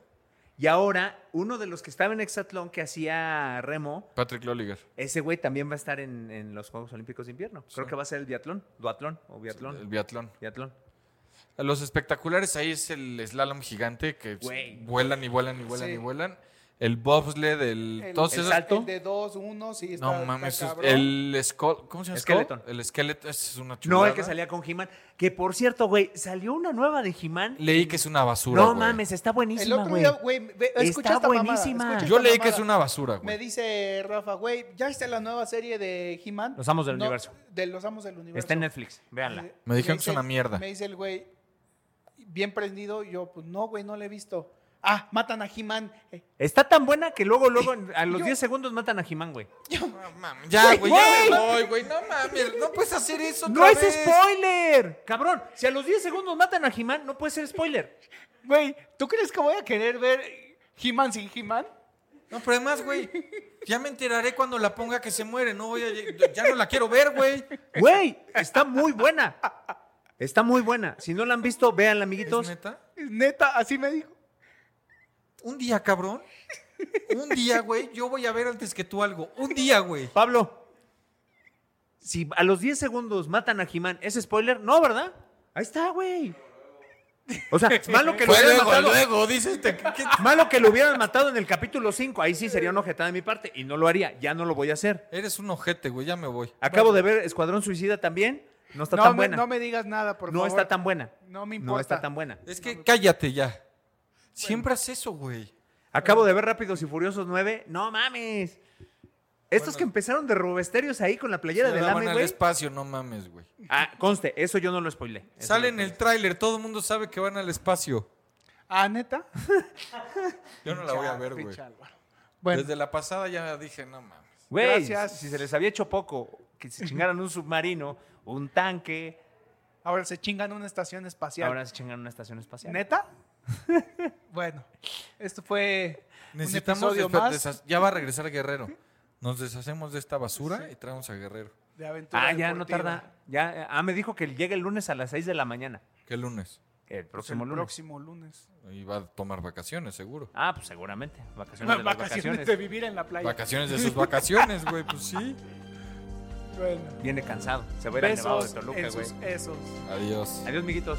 Speaker 3: Y ahora, uno de los que estaba en Hexatlón que hacía remo,
Speaker 4: Patrick Lolliger.
Speaker 3: ese güey también va a estar en, en los Juegos Olímpicos de Invierno. Creo que va a ser el biatlón, duatlón o biatlón.
Speaker 4: El biatlón.
Speaker 3: biatlón.
Speaker 4: Los espectaculares ahí es el slalom gigante que
Speaker 3: Güey.
Speaker 4: vuelan y vuelan y vuelan
Speaker 1: Sí.
Speaker 4: y vuelan. El bobsled, el...
Speaker 1: El-
Speaker 4: todos
Speaker 3: el
Speaker 4: esos-
Speaker 3: salto.
Speaker 1: El de dos, uno, sí, está,
Speaker 4: No
Speaker 1: está
Speaker 4: mames, es-
Speaker 1: cabrón.
Speaker 4: el skull, ¿cómo se llama?
Speaker 3: Skeleton.
Speaker 4: Skull? El esqueleto, ese es una chulada.
Speaker 3: No, el que salía con He-Man. Que por cierto, güey, salió una nueva de He-Man.
Speaker 4: Leí que es una basura,
Speaker 3: No
Speaker 4: güey.
Speaker 3: mames, está
Speaker 1: El
Speaker 3: buenísima,
Speaker 1: otro
Speaker 3: güey.
Speaker 1: día, güey, ve- escucha
Speaker 3: Está
Speaker 1: esta mamada,
Speaker 3: buenísima.
Speaker 1: escucha
Speaker 4: Yo
Speaker 1: esta
Speaker 4: leí que es
Speaker 1: mamada.
Speaker 4: una basura,
Speaker 1: Me
Speaker 4: güey.
Speaker 1: dice Rafa, güey, ¿ya viste la nueva serie de He-Man?
Speaker 3: Los Amos del Universo.
Speaker 1: De Los Amos del Universo.
Speaker 3: Está en Netflix, véanla.
Speaker 1: Eh,
Speaker 4: Me dijeron que es
Speaker 1: dice-
Speaker 4: una mierda.
Speaker 1: Me dice el güey, bien prendido, yo, pues no, güey, no la he visto. Ah, matan a He-Man. Eh,
Speaker 3: Está tan buena que luego, luego, a los
Speaker 1: Yo-
Speaker 3: 10 segundos matan a He-Man, güey.
Speaker 4: No mames, Ya, güey, ya me voy, güey. No mames, no puedes hacer eso
Speaker 3: ¡No
Speaker 4: otra
Speaker 1: pues,
Speaker 3: es
Speaker 4: vez.
Speaker 3: spoiler! Cabrón, si a los 10 segundos matan a He-Man, no puede ser spoiler.
Speaker 1: Güey, ¿tú crees que voy a querer ver He-Man sin He-Man?
Speaker 4: No, pero además, güey, ya me enteraré cuando la ponga que se muere. No voy a... lleg- Ya no la quiero ver, güey.
Speaker 3: Güey, está muy buena. Está muy buena. Si no la han visto, véanla,
Speaker 4: ¿Es
Speaker 3: amiguitos.
Speaker 4: neta?
Speaker 1: Neta, así me dijo.
Speaker 4: Un día, cabrón. Un día, güey. Yo voy a ver antes que tú algo. Un día, güey.
Speaker 3: Pablo, si a los 10 segundos matan a He-Man, ¿es spoiler? No, ¿verdad? Ahí está, güey. O sea, malo que lo hubieran matado.
Speaker 4: luego, dices. te- ¿qué- qué-
Speaker 3: Malo que lo hubieran matado en el capítulo 5. Ahí sí sería una ojetada de mi parte. Y no lo haría. Ya no lo voy a hacer.
Speaker 4: Eres un ojete, güey. Ya me voy.
Speaker 3: Acabo de ver Escuadrón Suicida también. No está
Speaker 1: No
Speaker 3: tan
Speaker 1: me,
Speaker 3: buena.
Speaker 1: no me digas nada, por
Speaker 3: No
Speaker 1: favor.
Speaker 3: está tan buena.
Speaker 1: No me
Speaker 3: No
Speaker 1: importa.
Speaker 3: está tan buena.
Speaker 4: Es que cállate ya. Siempre haces eso, güey.
Speaker 3: Acabo de ver Rápidos y Furiosos 9. No mames. Estos que empezaron de robesterios ahí con la playera
Speaker 4: Se
Speaker 3: del
Speaker 4: daban
Speaker 3: AME,
Speaker 4: al
Speaker 3: güey.
Speaker 4: espacio, no mames, güey.
Speaker 3: Ah, conste, eso yo no lo spoilé. Eso
Speaker 4: Sale
Speaker 3: no
Speaker 4: en
Speaker 3: lo
Speaker 4: el tráiler, todo el mundo sabe que van al espacio.
Speaker 1: Ah, neta.
Speaker 4: Yo no la voy a ver, güey.
Speaker 1: Pinche Álvaro. Bueno,
Speaker 4: Desde la pasada ya dije, no mames.
Speaker 3: spoilé. Güey,
Speaker 1: Gracias.
Speaker 3: si se les había hecho poco, que se chingaran un submarino, un tanque,
Speaker 1: ahora se chingan una estación espacial.
Speaker 3: ahora se chingan una estación espacial.
Speaker 1: ¿Neta? bueno, esto fue un
Speaker 4: Necesitamos
Speaker 1: episodio
Speaker 4: desfa-
Speaker 1: más
Speaker 4: deshaz- ya va a regresar Guerrero. Nos deshacemos de esta basura y traemos a Guerrero.
Speaker 1: de aventura
Speaker 3: Ah, ya no
Speaker 1: deportiva.
Speaker 3: tarda. Ya, eh, ah, me dijo que llega el lunes a las 6 de la mañana.
Speaker 4: Que lunes.
Speaker 3: El
Speaker 1: Pues
Speaker 3: próximo
Speaker 1: el
Speaker 3: lunes.
Speaker 1: próximo lunes.
Speaker 4: Y va a tomar vacaciones, seguro.
Speaker 3: Ah, pues seguramente. Vacaciones de las
Speaker 1: vacaciones,
Speaker 3: vacaciones.
Speaker 1: de vivir en la playa.
Speaker 4: Vacaciones de sus vacaciones, güey, pues sí.
Speaker 1: Bueno,
Speaker 3: Viene cansado. Se va a ir al Nevado de
Speaker 1: besos
Speaker 3: Toluca,
Speaker 1: en
Speaker 3: güey.
Speaker 1: sus esos.
Speaker 4: Adiós.
Speaker 3: Adiós, amiguitos.